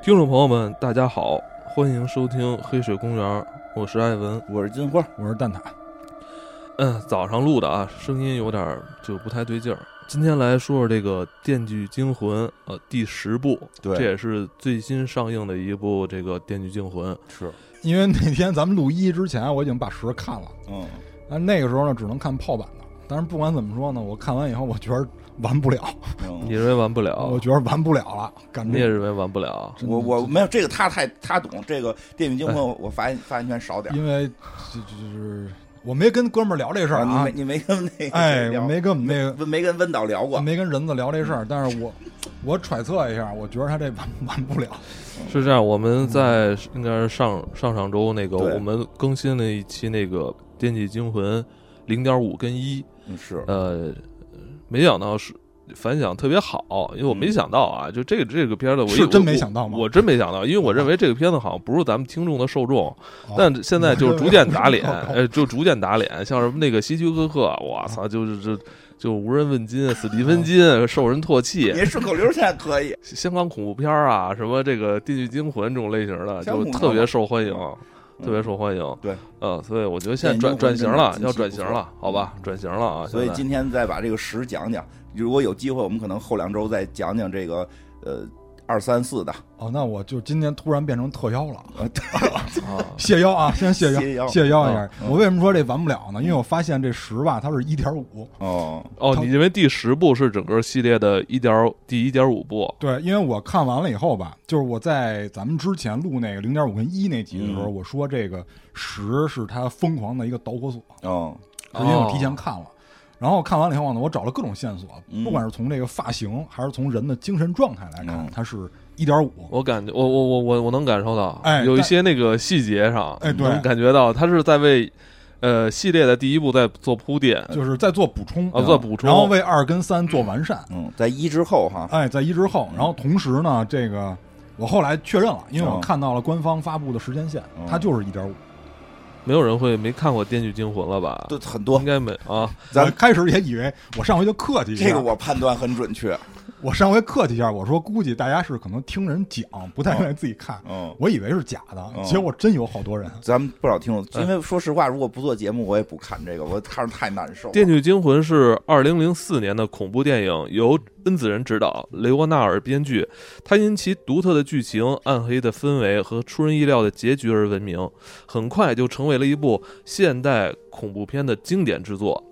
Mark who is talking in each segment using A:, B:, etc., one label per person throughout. A: 听众朋友们，大家好，欢迎收听《黑水公园》，我是艾文。
B: 我是金花，
C: 我是蛋挞，
A: 嗯，早上录的啊，声音有点儿就不太对劲儿。今天来说说这个《电锯惊魂》呃第十部，
B: 对
A: 这也是最新上映的一部这个《电锯惊魂》。
B: 是，
C: 因为那天咱们录一之前我已经把十看了，
B: 嗯，
C: 但那个时候呢只能看炮版的。但是不管怎么说呢，我看完以后我觉得完不了，
A: 你
B: 嗯
A: 认为完不了？
C: 我觉得完不了了，感
A: 哦你也
C: 觉
A: 认为完不了？
C: 真的哎
B: 我我没有这个，他太他懂这个电影经文，我发言发言权少点儿。
C: 因为就就就是我没跟哥们儿聊这事儿
B: 啊
C: 啊
B: 你没，你没跟那个
C: 哎，
B: 谁
C: 我
B: 聊
C: 没跟我们那个
B: 温没跟温导聊
C: 我
B: 过，
C: 没跟人子聊这事儿，但是我我揣测一下，我觉得他这完完不了，
A: 是这样，我们在应该是上上上周那个，
B: 对
A: 我们更新了一期那个《电锯惊魂》零点五跟一，
B: 嗯是
A: 呃，没想到是反响特别好，因为我没想到啊，就这个这个片儿的我
C: 是真没想到吗
A: 我我真没想到，因为我认为这个片子好像不是咱们听众的受众，
C: 哦
A: 但现在就是逐渐 打脸，
C: 我认为
A: 呃，就逐渐打脸，像什么那个希区柯克，我操，
B: 嗯
A: 就是这。就无人问津，斯蒂芬金受人唾弃，
B: 你顺口溜现在可以，
A: 香港恐怖片儿啊，什么这个《电锯惊魂》这种类型的，
B: 香
A: 就
B: 恐嘛
A: 特别受欢迎，
B: 嗯
A: 特别受欢迎。
B: 对，哎
A: 呃，所以我觉得现在
B: 电
A: 转转
B: 锯惊
A: 型
B: 魂
A: 了，
B: 真的
A: 要
B: 近
A: 转
B: 期
A: 型
B: 不错
A: 了，好吧，转型了啊。
B: 所以
A: 现在
B: 今天再把这个十讲讲，如果有机会，我们可能后两周再讲讲这个呃二三四的，
C: 哦，那我就今天突然变成特邀了。
A: 啊，
C: 谢邀啊，先谢邀，
B: 谢
C: 谢
B: 邀
C: 邀一下。我为什么说这完不了呢？因为我发现这十吧，它是一点五，
B: 哦，
A: 哦，
C: 它
A: 你认为第十部是整个系列的一点儿第一点五部？
C: 对，因为我看完了以后吧，就是我在咱们之前录那个零点五跟一那集的时候，
B: 嗯
C: 我说这个十是他疯狂的一个导火索，
B: 哦，
C: 是因为我提前看了。然后看完了以后呢，我找了各种线索，
B: 嗯
C: 不管是从这个发型还是从人的精神状态来看，
B: 嗯
C: 它是一点五。
A: 我感觉，我我我我我能感受到，
C: 哎
A: 有一
C: 但
A: 些那个细节上，
C: 哎对
A: 能感觉到他是在为，呃，系列的第一部在做铺垫，
C: 就是在做补充
B: 哦
A: 啊，做补充，
C: 然后为二跟三做完善。
B: 嗯，在一之后哈，
C: 哎，在一之后，
B: 嗯
C: 然后同时呢，这个我后来确认了，因
B: 哦
C: 为我看到了官方发布的时间线
B: 嗯，
C: 它就是一点五。
A: 没有人会没看过《电锯惊魂》了吧？
B: 都很多
A: 应，该没啊。
B: 咱
C: 我开始也以为我上回就客气一下，
B: 这个我判断很准确，
C: 我上回客气一下，我说估计大家是可能听人讲，不太
A: 哦
C: 愿意自己看，
B: 嗯。
C: 我以为是假的
B: 嗯，
C: 结果真有 好多人。
B: 咱们不少听
C: 嗯
B: 众，因为说实话，如果不做节目，我也不看这个，我看着太难受
A: 《
B: 了。
A: 电锯惊魂》是二零零四年的恐怖电影，由恩子仁执导，雷沃纳尔编剧。它因其独特的剧情、暗黑的氛围和出人意料的结局而闻名，很快就成为了一部现代恐怖片的经典之作。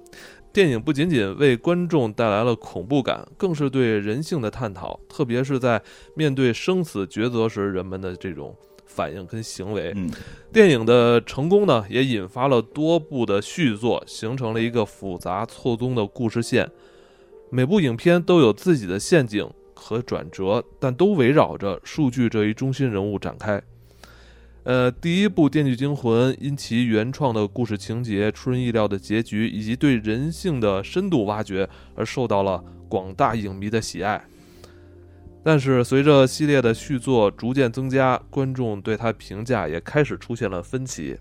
A: 电影不仅仅为观众带来了恐怖感，更是对人性的探讨，特别是在面对生死抉择时人们的这种反应跟行为。
B: 嗯，
A: 电影的成功呢，也引发了多部的续作，形成了一个复杂错综的故事线。每部影片都有自己的陷阱和转折，但都围绕着数据这一中心人物展开。呃，第一部《电锯惊魂》因其原创的故事情节、出人意料的结局，以及对人性的深度挖掘，而受到了广大影迷的喜爱。但是，随着系列的续作逐渐增加，观众对它评价也开始出现了分歧。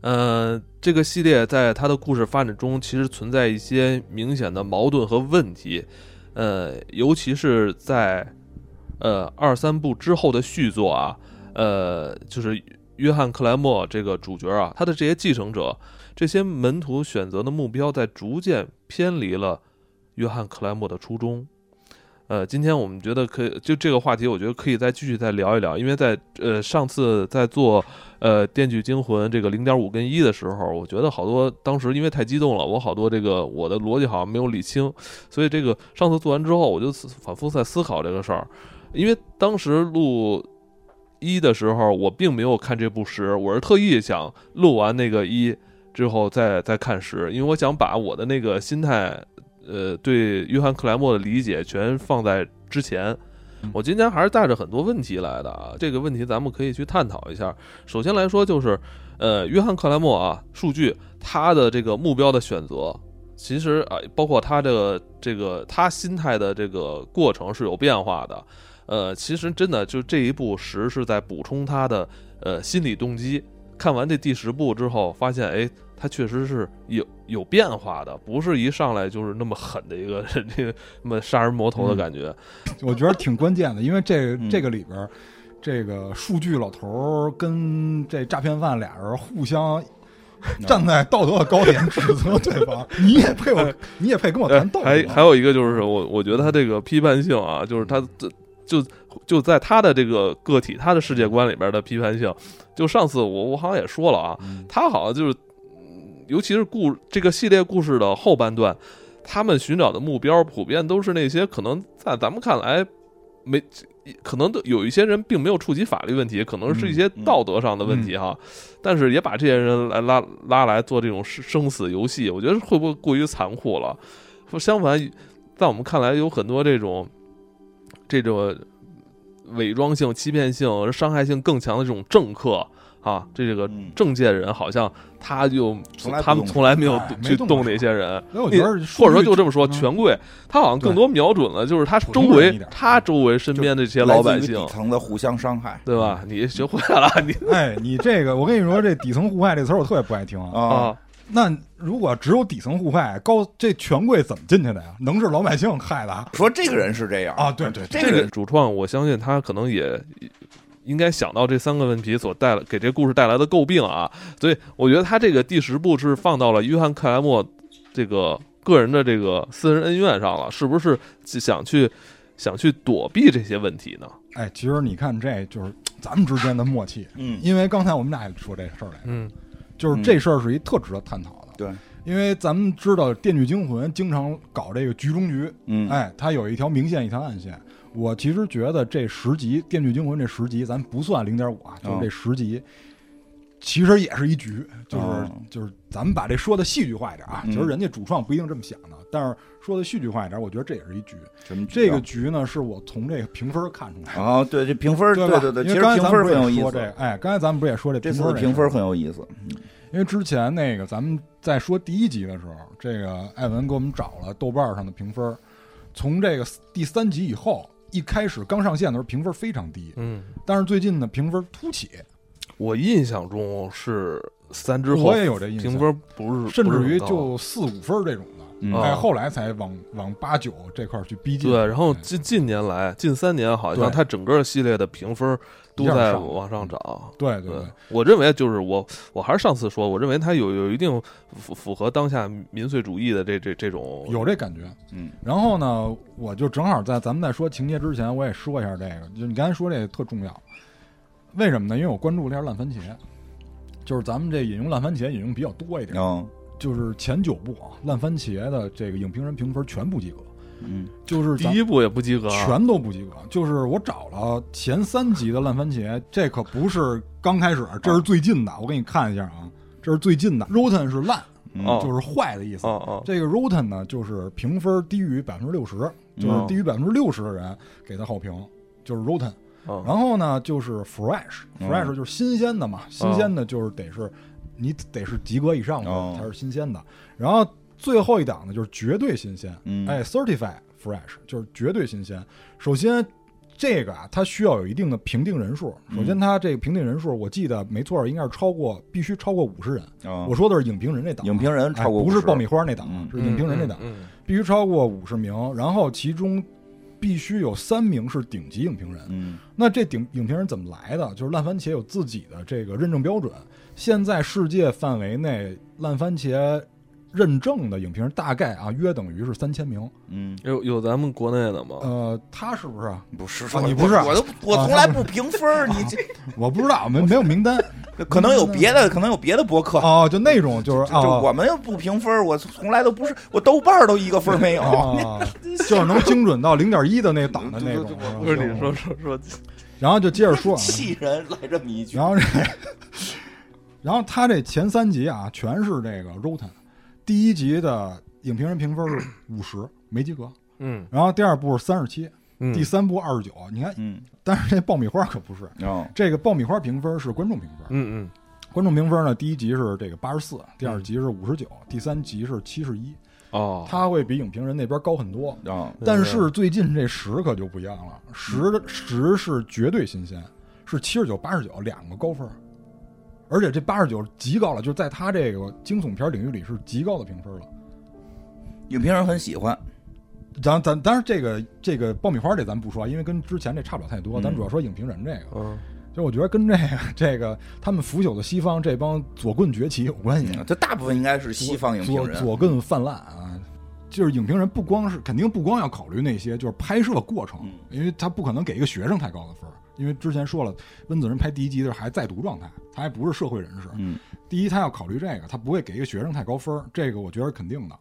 A: 呃，这个系列在它的故事发展中，其实存在一些明显的矛盾和问题，呃，尤其是在呃二三部之后的续作啊，呃，就是约翰克莱默这个主角啊，他的这些继承者，这些门徒选择的目标在逐渐偏离了约翰克莱默的初衷。呃，今天我们觉得可以，就这个话题，我觉得可以再继续再聊一聊，因为在呃上次在做呃《电锯惊魂》这个零点五跟一的时候，我觉得好多当时因为太激动了，我好多这个我的逻辑好像没有理清，所以这个上次做完之后，我就思反复在思考这个事儿，因为当时录一的时候，我并没有看这部十，我是特意想录完那个一之后再再看十，因为我想把我的那个心态，呃，对约翰克莱默的理解全放在之前
C: 嗯。
A: 我今天还是带着很多问题来的啊，这个问题咱们可以去探讨一下。首先来说就是，呃，约翰克莱默啊，数据他的这个目标的选择，其实啊，包括他这个这个他心态的这个过程是有变化的。呃，其实真的就这一部十是在补充他的呃心理动机。看完这第十部之后，发现哎，它确实是有有变化的，不是一上来就是那么狠的一个 这个那么杀人魔头的感觉。
C: 我觉得挺关键的，因为这
B: 嗯
C: 这个里边儿，这个数据老头儿跟这诈骗犯俩人互相
A: 嗯
C: 站在道德的高点指责 对方，你也配我，你也配跟我
A: 哎
C: 谈道
A: 还
C: 德？
A: 还有一个就是我我觉得他这个批判性啊，就是他这就就在他的这个个体他的世界观里边的批判性，就上次我我好像也说了啊，
C: 嗯
A: 他好像就是，嗯尤其是故这个系列故事的后半段，他们寻找的目标普遍都是那些可能在咱们看来没，可能都有一些人并没有触及法律问题，可能是一些
B: 嗯嗯
A: 道德上的问题哈，但是也把这些人来拉拉来做这种生生死游戏，我觉得会不会过于残酷了？说相反，在我们看来有很多这种这种伪装性、欺骗性、而伤害性更强的这种政客啊，这个
B: 嗯
A: 政界人好像他就
B: 从来不
A: 他们
B: 动手
A: 从来没有
C: 哎没
A: 去
C: 动
A: 动
C: 过手
A: 那些人，
C: 所以我觉得数据，
A: 或者说就这么说，
C: 嗯
A: 权贵他好像更
C: 对
A: 多瞄准了就是他
C: 普
A: 周
C: 通人一
A: 围
C: 点
A: 他周围身边的这些老百姓
B: 底，层的互相伤害
A: 对吧？
C: 嗯
A: 你学会了，你
C: 哎，你这个，我跟你说，这底层互害这词儿我特别不爱听啊。
B: 啊，
A: 啊，
C: 那如果只有底层互害，高这权贵怎么进去的呀？能是老百姓害的啊？
B: 说这个人是这样
C: 啊对对对
B: 这个人
A: 主创我相信他可能也。应该想到这三个问题所带来给这故事带来的诟病啊，所以我觉得他这个第十部是放到了约翰克莱默这个个人的这个私人恩怨上了，是不是想去想去躲避这些问题呢？
C: 哎，其实你看，这就是咱们之间的默契。
B: 嗯
C: 因为刚才我们俩也说这事儿来，
A: 嗯，
C: 就是这事儿是一特值得探讨的。
B: 对，
C: 因为咱们知道《电锯惊魂》经常搞这个局中局，
B: 嗯
C: 哎，它有一条明线，一条暗线。我其实觉得这十集《电锯惊魂》这十集，咱不算零点五啊，就是
B: 嗯
C: 这十集，其实也是一局，就是、
B: 哦
C: 就是咱们把这说的戏剧化一点啊，
B: 嗯
C: 其实人家主创不一定这么想的，但是说的戏剧化一点，我觉得这也是一局。
B: 什么
C: 这个局呢，是我从这个评分看出来的。
B: 啊，对这评分，
C: 对
B: 对
C: 吧
B: 对对，
C: 因
B: 其
C: 为
B: 实
C: 刚才
B: 评
C: 咱
B: 分
C: 们不
B: 很
C: 是
B: 有
C: 也
B: 意
C: 说这
B: 思
C: 个，，哎，刚才咱们不是也说这
B: 这
C: 评
B: 次
C: 分
B: 的
C: 这
B: 评
C: 事
B: 分
C: 儿
B: 很有意思，
C: 因为之前那个咱们在说第一集的时候，这个艾文给我们找了豆瓣上的评分，从这个第三集以后，一开始刚上线的时候评分非常低，
A: 嗯，
C: 但是最近呢评分突起，
A: 我印象中是三之后
C: 我也有这印象，
A: 评分不是，
C: 甚至
A: 不是很
C: 于
A: 高
C: 就四五分这种的，
B: 嗯
A: 啊
C: 哎，后来才往往八九这块儿去逼近。
A: 对，然后
C: 哎
A: 近近年来近三年好像
C: 对
A: 它整个系列的评分都
C: 一下
A: 在
C: 上嗯
A: 往上涨。
C: 对对
A: 对
C: 对，，
A: 嗯我认为就是我，我还是上次说，我认为它有有一定符符合当下民粹主义的这这这种
C: 有这感觉。
B: 嗯，
C: 然后呢，我就正好在咱们在说情节之前，我也说一下这个，就是你刚才说这个特重要，为什么呢？因为我关注了一下烂番茄，就是咱们这引用烂番茄引用比较多
A: 哦
C: 一点，
B: 嗯
C: 就是前九部啊，烂番茄的这个影评人评分全不及格，
B: 嗯
C: 就是
A: 第
C: 咱
A: 一部也不及格啊，
C: 全都不及格。就是我找了前三集的烂番茄，这可不是刚开始，这是最近的，我给你看一下啊，这是最近的，Rotten 是烂，
A: 哦
C: 就是坏的意思。
A: 啊啊，
C: 这个 Rotten 呢，就是评分低于百分之六十，
B: 嗯
C: 就是低于百分之六十的人给他好评，就是 Rotten。
A: 嗯
C: 然后呢，就是
B: 嗯
C: fresh，fresh 就是新鲜的嘛，新鲜的就是得是你得是及格以上
B: 哦
C: 的才是新鲜的。然后最后一档呢，就是绝对新鲜，
B: 嗯
C: 哎，certified fresh 就是绝对新鲜。首先。这个啊，它需要有一定的评定人数。首
B: 嗯
C: 先，它这个评定人数，我记得没错，应该是超过，必须超过五十人。
B: 嗯，
C: 我说的是影评人这档啊，
B: 影评人超过
C: 哎不是
B: 50
C: 爆米花那档啊
B: 嗯，
C: 是影评人那档
A: 档，，嗯
C: 必须超过五十名，然后其中必须有三名是顶级影评人。
B: 嗯
C: 那这顶影评人怎么来的？就是烂番茄有自己的这个认证标准。现在世界范围内，烂番茄认证的影评人大概啊约等于是三千名。
B: 嗯，
A: 有有咱们国内的吗？
C: 呃，他是不是啊？
A: 嗯
B: 不是
C: 啊你不是
B: 我都我
C: 啊
B: 从来不评分，你这
C: 我不知道，没没有名单
B: 可能有别的，可能有别的博客，
C: 哦，就那种就是
B: 就
C: 啊。
B: 我们又不评分，我从来都不是，我豆瓣儿都一个分儿没有。
C: 啊，就是能精准到零点一的那个档的那种
B: 对对对，我
A: 不是你
C: 吧
A: 说说说，
C: 然后就接着说 啊，
B: 气人来这么一句
C: 然，后这，然后他这前三集啊，全是这个 Rotten。第一集的影评人评分是五十，没及格。
A: 嗯
C: 然后第二部是三十七，
A: 嗯，
C: 第三部二十九。你看，
B: 嗯，
C: 但是这爆米花可不是，
B: 哦，
C: 这个爆米花评分是观众评分。
A: 嗯
C: 观众评分呢，第一集是这个八十四，第二集是五十九，第三集是七十一，
A: 嗯哦，
C: 它会比影评人那边高很多。
B: 哦，
A: 对嗯
C: 但是最近这十可就不一样了，十的十是绝对新鲜，是七十九、八十九两个高分儿，而且这八十九极高了，就是在他这个惊悚片领域里是极高的评分了。
B: 影评人很喜欢，
C: 咱咱当然这个这个爆米花这咱不说，因为跟之前这差不了太多，
B: 嗯
C: 咱主要说影评人这个。
A: 嗯，
C: 就我觉得跟这个这个他们腐朽的西方这帮左棍崛起有关系。
B: 这嗯大部分应该是西方影评人
C: 嗯左，左更泛滥啊，就是影评人不光是肯定不光要考虑那些就是拍摄过程
B: 嗯，
C: 因为他不可能给一个学生太高的分儿，因为之前说了，温子仁拍第一集的时候还在读状态，他还不是社会人士。
B: 嗯，
C: 第一，他要考虑这个，他不会给一个学生太高分儿，这个我觉得是肯定的。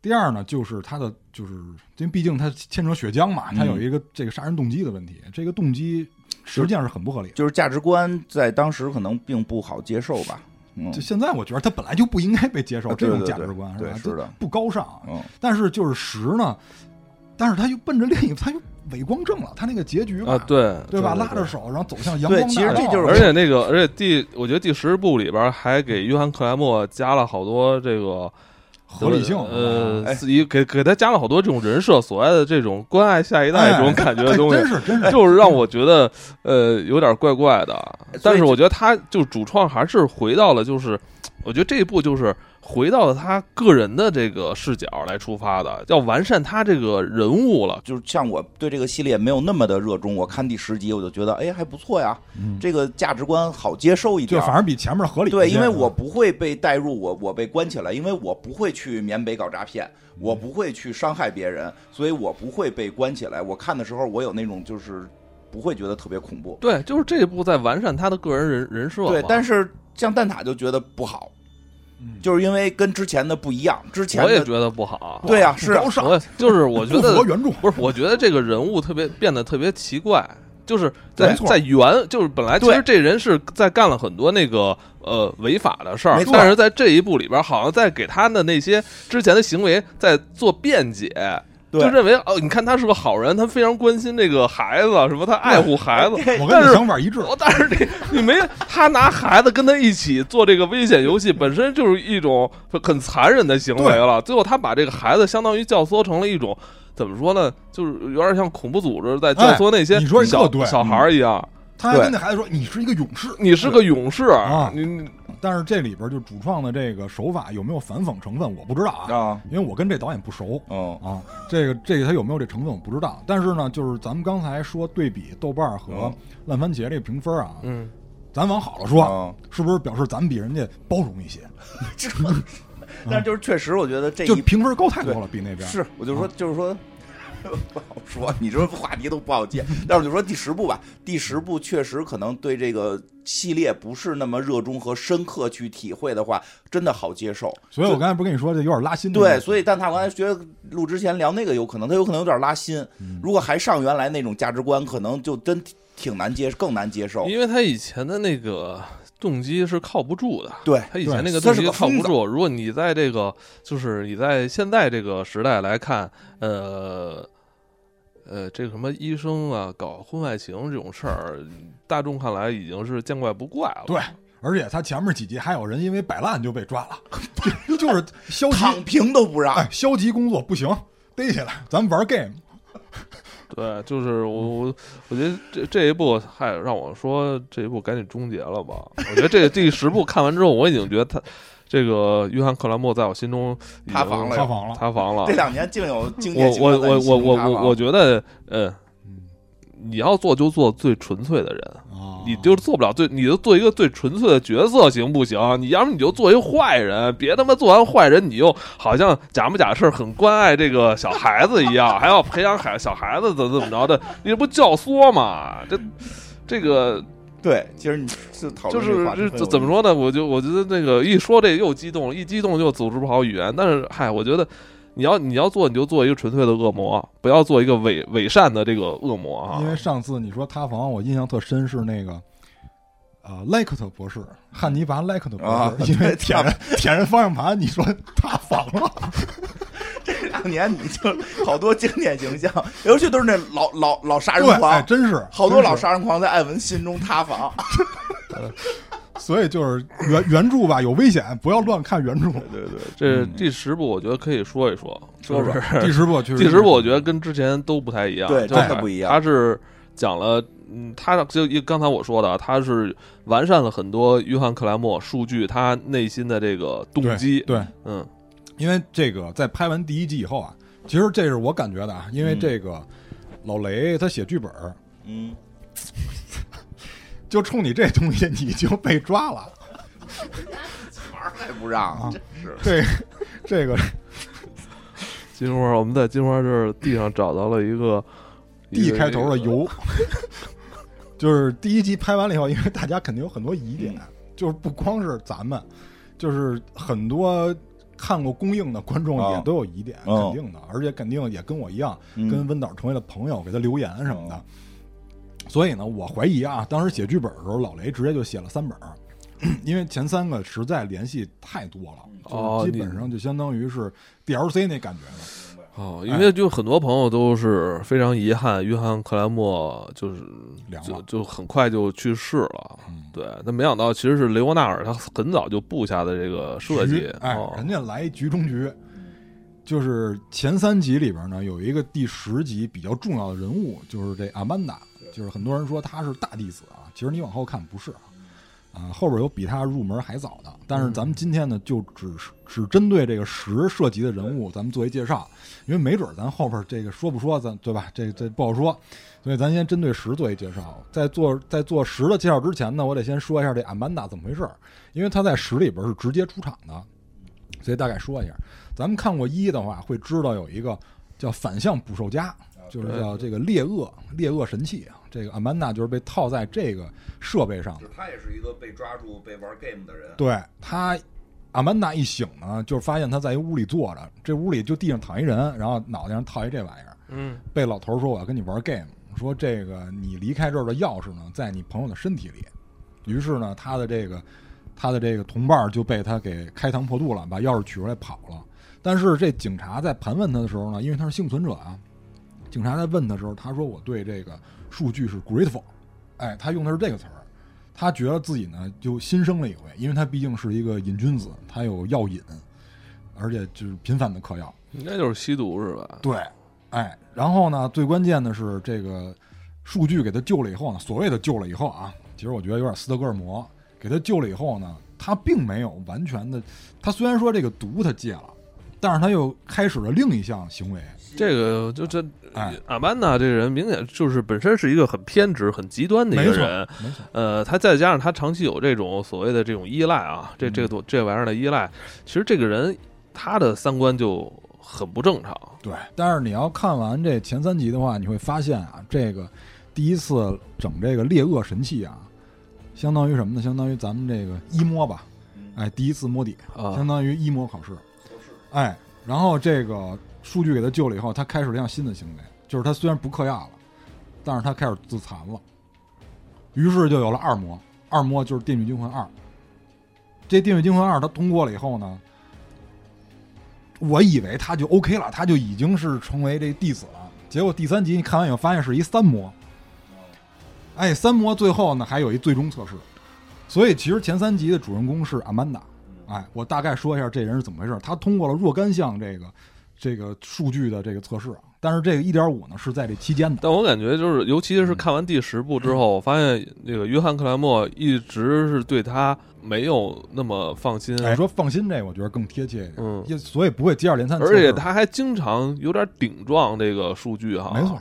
C: 第二呢，就是他的就是因为毕竟他牵扯血浆嘛，他
B: 嗯
C: 有一个这个杀人动机的问题，这个动机实际上是很不合理的。
B: 就是价值观在当时可能并不好接受吧，嗯
C: 就现在我觉得他本来就不应该被接受
B: 啊
C: 这
B: 对
C: 种
B: 对
C: 价
B: 对
C: 值观，
B: 对
C: 吧？
B: 是的
C: 这不高尚，
B: 嗯，
C: 但是就是十呢，但是他又奔着另一个，他又伪光正了，他那个结局吧，
A: 啊，对
C: 对吧？
A: 对
C: 拉着手，然后走向阳光
B: 对
C: 大道。
B: 其实这就是
A: 而且那个，而且第，我觉得第十部里边还给约翰克莱默加了好多这个
C: 合理性。
A: 呃，
B: 哎
A: 自己给给他加了好多这种人设所谓的这种关爱下一代
C: 哎
A: 这种感觉
C: 哎
A: 的东西
C: 真，是真 是，
A: 就是让我觉得呃有点怪怪的。但是我觉得他就主创还是回到了，就是我觉得这一步就是回到了他个人的这个视角来出发的，要完善他这个人物了。
B: 就是像我对这个系列没有那么的热衷，我看第十集我就觉得，哎，还不错呀，
C: 嗯
B: 这个价值观好接受一
C: 就
B: 点。
C: 反而比前面合理一些。
B: 对，因为我不会被带入，我我被关起来，因为我不会去缅北搞诈
C: 嗯
B: 骗，我不会去伤害别人，所以我不会被关起来。我看的时候，我有那种就是不会觉得特别恐怖。
A: 对，就是这一步在完善他的个人人人设嘛。
B: 对，但是像蛋挞就觉得不好，
C: 嗯
B: 就是因为跟之前的不一样，之前
A: 我也
B: 的
A: 觉得不好。
B: 对呀、是啊
C: 高尚，
A: 我就是我觉
C: 嗯不
A: 得
C: 符合原著。
A: 不是，我觉得这个人物特别变得特别奇怪，就是在
B: 没
C: 错
A: 在原就是本来其
B: 对
A: 实这人是在干了很多那个呃违法的事儿
B: 没，错
A: 但是在这一步里边，好像在给他的那些之前的行为在做辩解。
B: 对
A: 就认为哦，你看他是个好人，他非常关心这个孩子，什么他爱护孩子。
C: 我跟
A: 但
C: 你
A: 是
C: 想法一致，
A: 哦 但是你你没他拿孩子跟他一起做这个危险游戏，本身就是一种很残忍的行为了。最后他把这个孩子相当于教唆成了一种怎么说呢，就是有点像恐怖组织在教唆那些
C: 哎你说你
A: 小、
C: 特对
A: 小孩儿一样。
C: 他还跟那孩子说：“你是一个勇士。
A: 你是个勇士，
C: 啊
A: 你”
C: 但是这里边就主创的这个手法有没有反讽成分，我不知道啊，
B: 啊，
C: 因为我跟这导演不熟。
B: 哦，
C: 啊，这个这个他有没有这成分我不知道，但是呢，就是咱们刚才说对比豆瓣儿和
B: 嗯
C: 烂番茄这个评分啊，
A: 嗯，
C: 咱往好了说，
B: 嗯
C: 是不是表示咱们比人家包容一些？
B: 但是就是确实，我觉得这
C: 嗯就嗯
B: 一
C: 评分高太多了，比那边
B: 是，我就说，就是说， 不好说，你这话题都不好 接。但是我就说第十部吧，第十部确实可能对这个系列不是那么热衷和深刻去体会的话，真的好接受。
C: 所以我刚才不跟你说这有点拉心的意
B: 对，
C: 思
B: 所以蛋挞我刚才觉得录之前聊那个有可能，他有可能有点拉新。
C: 嗯
B: 如果还上原来那种价值观，可能就真挺挺难接，更难接受。
A: 因为他以前的那个动机是靠不住的。
B: 对，
A: 他以前
C: 对
A: 那个
B: 他
A: 东
B: 是
A: 西
B: 个
A: 靠
B: 疯
A: 不
B: 子
A: 住。如果你在这个，就是你在现在这个时代来看，呃，呃，这个什么医生啊，搞婚外情这种事儿，大众看来已经是见怪不怪了。
C: 对，而且他前面几集还有人因为摆烂就被抓 了，就就是消
B: 躺
C: 极
B: 平都不让。
C: 哎消极工作不行，逮起来，咱们玩 game。
A: 对，就是我我我觉得这这一部，嗨，让我说这一部赶紧终结了吧。我觉得这第十部看完之后，我已经觉得他这个约翰克莱默在我心中已经
B: 塌房了
C: 塌房了
A: 塌房了
B: 这。两年竟有经
A: 我
B: 典情
A: 我
B: 况在
A: 我
B: 你心
A: 我
B: 中
A: 我
B: 塌
A: 我
B: 房
A: 我觉得，呃，你要做就做最纯粹的人。
C: 啊，
A: 你就是做不了最，你就做一个最纯粹的角色行不行？你要么你就做一坏人，别他妈做完坏人你又好像假模假式很关爱这个小孩子一样，还要培养孩小孩子怎么怎么着的，你这不教唆吗？这这个
B: 对，其实你是讨
A: 就
B: 论
A: 是
B: 话题
A: 这
B: 很
A: 怎
B: 有
A: 怎么
B: 意思
A: 说呢？我就我觉得那个一说这又激动，一激动就组织不好语言。但是嗨，我觉得你要你要做你就做一个纯粹的恶魔，不要做一个伪伪善的这个恶魔啊
C: 因！为上次你说塌房，我印象特深是那个。呃，莱克特博士，汉尼拔·莱克特博士，
B: 啊
C: 因
B: 对
C: 为 舔人舔人方向盘，你说塌房了，
B: 当年你就 好多经典形象，尤其都是那老老老杀人
C: 对，哎，
B: 狂，
C: 真是
B: 好多
C: 真
B: 老
C: 是
B: 杀人狂在艾文心中 塌房。
C: 所以就是原原著吧有危险，不要乱看原著。
B: 对对，
A: 这第十部我觉得可以说一说，
C: 说
A: 就是
C: 第十部确实
A: 第十部我觉得跟之前都不太一样，
B: 对
A: 就是
B: 真的不一样
A: 它是讲了，嗯，他就一刚才我说的，啊他是完善了很多约翰克莱默数据他内心的这个动机，
C: 对，
A: 嗯
C: 因为这个在拍完第一季以后啊，其实这是我感觉的啊，因为
B: 嗯
C: 这个老雷他写剧本儿，
B: 嗯，
C: 就冲你这东西你就被抓了，
B: 太不让了，
C: 啊
B: 真是。
C: 这这个
A: 金花，我们在金花这儿地上找到了一 个
C: D 开头的
A: 一个
C: 油， 就是第一集拍完了以后，因为大家肯定有很多疑点，就是不光是咱们，就是很多看过公映的观众
B: 哦
C: 也都有疑点，
B: 哦
C: 肯定的，而且肯定也跟我一样，
B: 嗯
C: 跟温导成为了朋友，给他留言什么的。所以呢，我怀疑啊，当时写剧本的时候，老雷直接就写了三本儿，因为前三个实在联系太多了，
A: 哦
C: 就是基本
A: 你
C: 上就相当于是 DLC 那感觉了。
A: 哦，因为就很多朋友都是非常遗憾，约翰克莱默就是
C: 凉了嗯
A: 就就很快就去世了。对，但没想到其实是雷欧纳尔他很早就布下的这个设
C: 局
A: 计。
C: 哎
A: 哦，
C: 人家来一局中局，就是前三集里边呢有一个第十集比较重要的人物，就是这阿曼达，就是很多人说他是大弟子啊，其实你往后看不是啊，啊后边有比他入门还早的，但是咱
A: 嗯
C: 们今天呢就只是只针对这个十涉及的人物，咱们做一介绍，因为没准咱后边这个说不说咱对吧？这这不好说。所以咱先针对十做一介绍，在做在做十的介绍之前呢，我得先说一下这阿曼达怎么回事儿，因为他在十里边是直接出场的，所以大概说一下。咱们看过一的话，会知道有一个叫反向捕兽夹，就是叫这个猎鳄猎鳄神器啊。这个阿曼达就是被套在这个设备上的
B: 就，他也是一个被抓住、被玩 game 的人。
C: 对他，阿曼达一醒呢，就是发现他在一屋里坐着，这屋里就地上躺一人，然后脑袋上套一这玩意儿。
A: 嗯，
C: 被老头说我要跟你玩 game，说这个你离开这儿的钥匙呢，在你朋友的身体里。于是呢，他的这个他的这个同伴就被他给开膛破肚了，把钥匙取出来跑了。但是这警察在盘问他的时候呢，因为他是幸存者啊，警察在问的时候，他说我对这个数据是 grateful，哎，他用的是这个词儿，他觉得自己呢就新生了一回，因为他毕竟是一个瘾君子，他有药瘾，而且就是频繁的嗑药。
A: 应该就是吸毒是吧？
C: 对，哎，然后呢，最关键的是这个数据给他救了以后呢，所谓的救了以后啊，其实我觉得有点斯德哥尔摩，给他救了以后呢，他并没有完全的，他虽然说这个毒他戒了，但是他又开始了另一项行为，
A: 这个就这
C: 哎
A: 阿曼达这个人明显就是本身是一个很偏执、很极端的一
C: 没
A: 个
C: 错
A: 人。，
C: 没错，
A: 呃，他再加上他长期有这种所谓的这种依赖啊，这这个这玩意儿的依赖，其实这个人他的三观就很不正常。
C: 对。但是你要看完这前三集的话，你会发现啊，这个第一次整这个猎恶神器啊，相当于什么呢？相当于咱们这个一摸吧，
B: 嗯
C: 哎，第一次摸底，
A: 啊
C: 相当于一模考试。哎，然后这个数据给他救了以后，他开始了一项新的行为，就是他虽然不嗑药了，但是他开始自残了。于是就有了二模，二模就是《电锯惊魂二》。这《电锯惊魂二》他通过了以后呢，我以为他就 OK 了，他就已经是成为这弟子了。结果第三集你看完以后发现是一三模，哎，三模最后呢还有一最终测试，所以其实前三集的主人公是阿曼达。哎，我大概说一下这人是怎么回事。他通过了若干项这个这个数据的这个测试啊，但是这个一点五呢是在这期间的。
A: 但我感觉就是，尤其是看完第十部之后，我发现那个约翰克莱默一直是对他没有那么放心，
C: 你说放心这，我觉得更贴切一点，
A: 哎嗯
C: 也所以不会接二连三。
A: 而且他还经常有点顶撞这个数据哈。
C: 没错，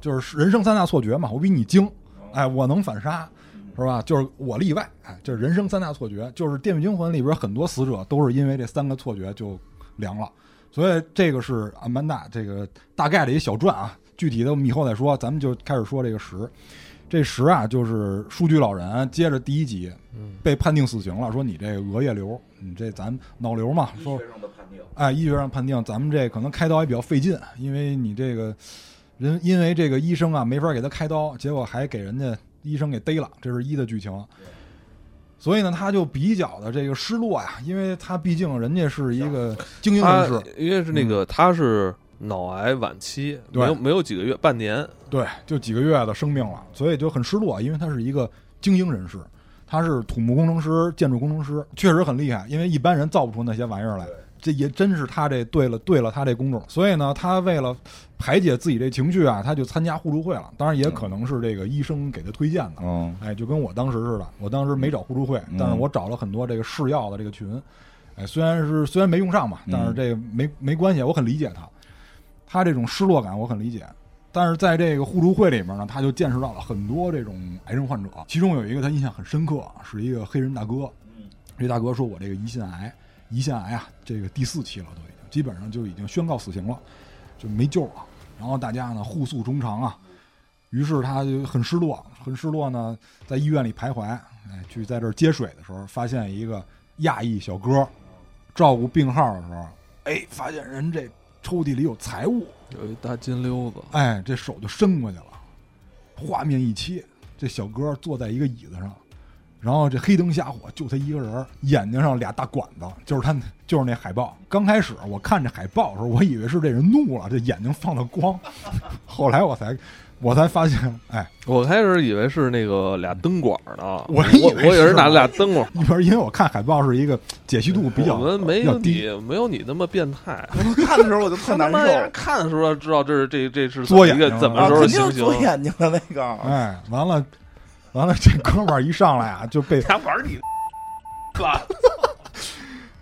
C: 就是人生三大错觉嘛，我比你精，哎，我能反杀，是吧？就是我例外，哎，就是人生三大错觉，就是《电锯惊魂》里边很多死者都是因为这三个错觉就凉了，所以这个是阿曼达这个大概的一小传啊，具体的我们以后再说，咱们就开始说这个十。这十啊，就是数据老人接着第一集
A: 嗯
C: 被判定死刑了，说你这个额叶瘤，你这咱脑瘤嘛，说
B: 上的判定，
C: 哎，医学上判定，咱们这可能开刀也比较费劲，因为你这个人，因为这个医生啊没法给他开刀，结果还给人家医生给逮了，这是一的剧情。所以呢，他就比较的这个失落呀、因为他毕竟人家是一个精英
A: 他
C: 人士，
A: 因为是嗯那个他是脑癌晚期，
C: 对
A: 没有没有几个月，半年。
C: 对，就几个月的生命了，所以就很失落，因为他是一个精英人士，他是土木工程师、建筑工程师，确实很厉害，因为一般人造不出那些玩意儿来。这也真是他这对了对了他这工种，所以呢，他为了排解自己这情绪啊，他就参加互助会了。当然也可能是这个医生给他推荐的，
B: 嗯
C: 哎，就跟我当时似的，我当时没找互助会
B: 嗯，
C: 但是我找了很多这个试药的这个群，哎，虽然是虽然没用上嘛，但
B: 嗯
C: 是这没没关系，我很理解他，他这种失落感我很理解。但是在这个互助会里面呢，他就见识到了很多这种癌症患者，其中有一个他印象很深刻，啊是一个黑人大哥，
B: 嗯
C: 这大哥说我这个胰腺癌，胰腺癌啊，这个第四期了都已经，基本上就已经宣告死刑了，就没救了。然后大家呢互诉衷肠啊，于是他就很失落，很失落呢，在医院里徘徊，哎，去在这儿接水的时候，发现一个亚裔小哥照顾病号的时候，哎，发现人这抽屉里有财物，
A: 有一大金溜子，
C: 哎，这手就伸过去了，画面一切，这小哥坐在一个椅子上，然后这黑灯瞎火，就他一个人儿，眼睛上俩大管子，就是他，就是那海报。刚开始我看这海报的时候，我以为是这人怒了，这眼睛放的光， 后来我才我才发现，哎，
A: 我开始以为是那个俩灯管呢，
C: 我
A: 我
C: 以为
A: 我也
C: 是
A: 是拿了俩灯管。
C: 一边因为我看海报是一个解析 度比较
A: 我们没
C: 比较
A: 有
C: 低
A: 你，没有你那么变态。
B: 看的时候我就
A: 他
B: 特
A: 他
B: 难
A: 妈
B: 受
A: 呀，看的时候知道这是这这是
C: 作
A: 一个
C: 眼睛
A: 怎么
B: 啊，
A: 时候
B: 肯
A: 的
B: 定
A: 行
B: 是左
A: 刑？
B: 眼睛的那个，
C: 哎，完了，完了，这哥们儿一上来啊就被
A: 他玩你吧，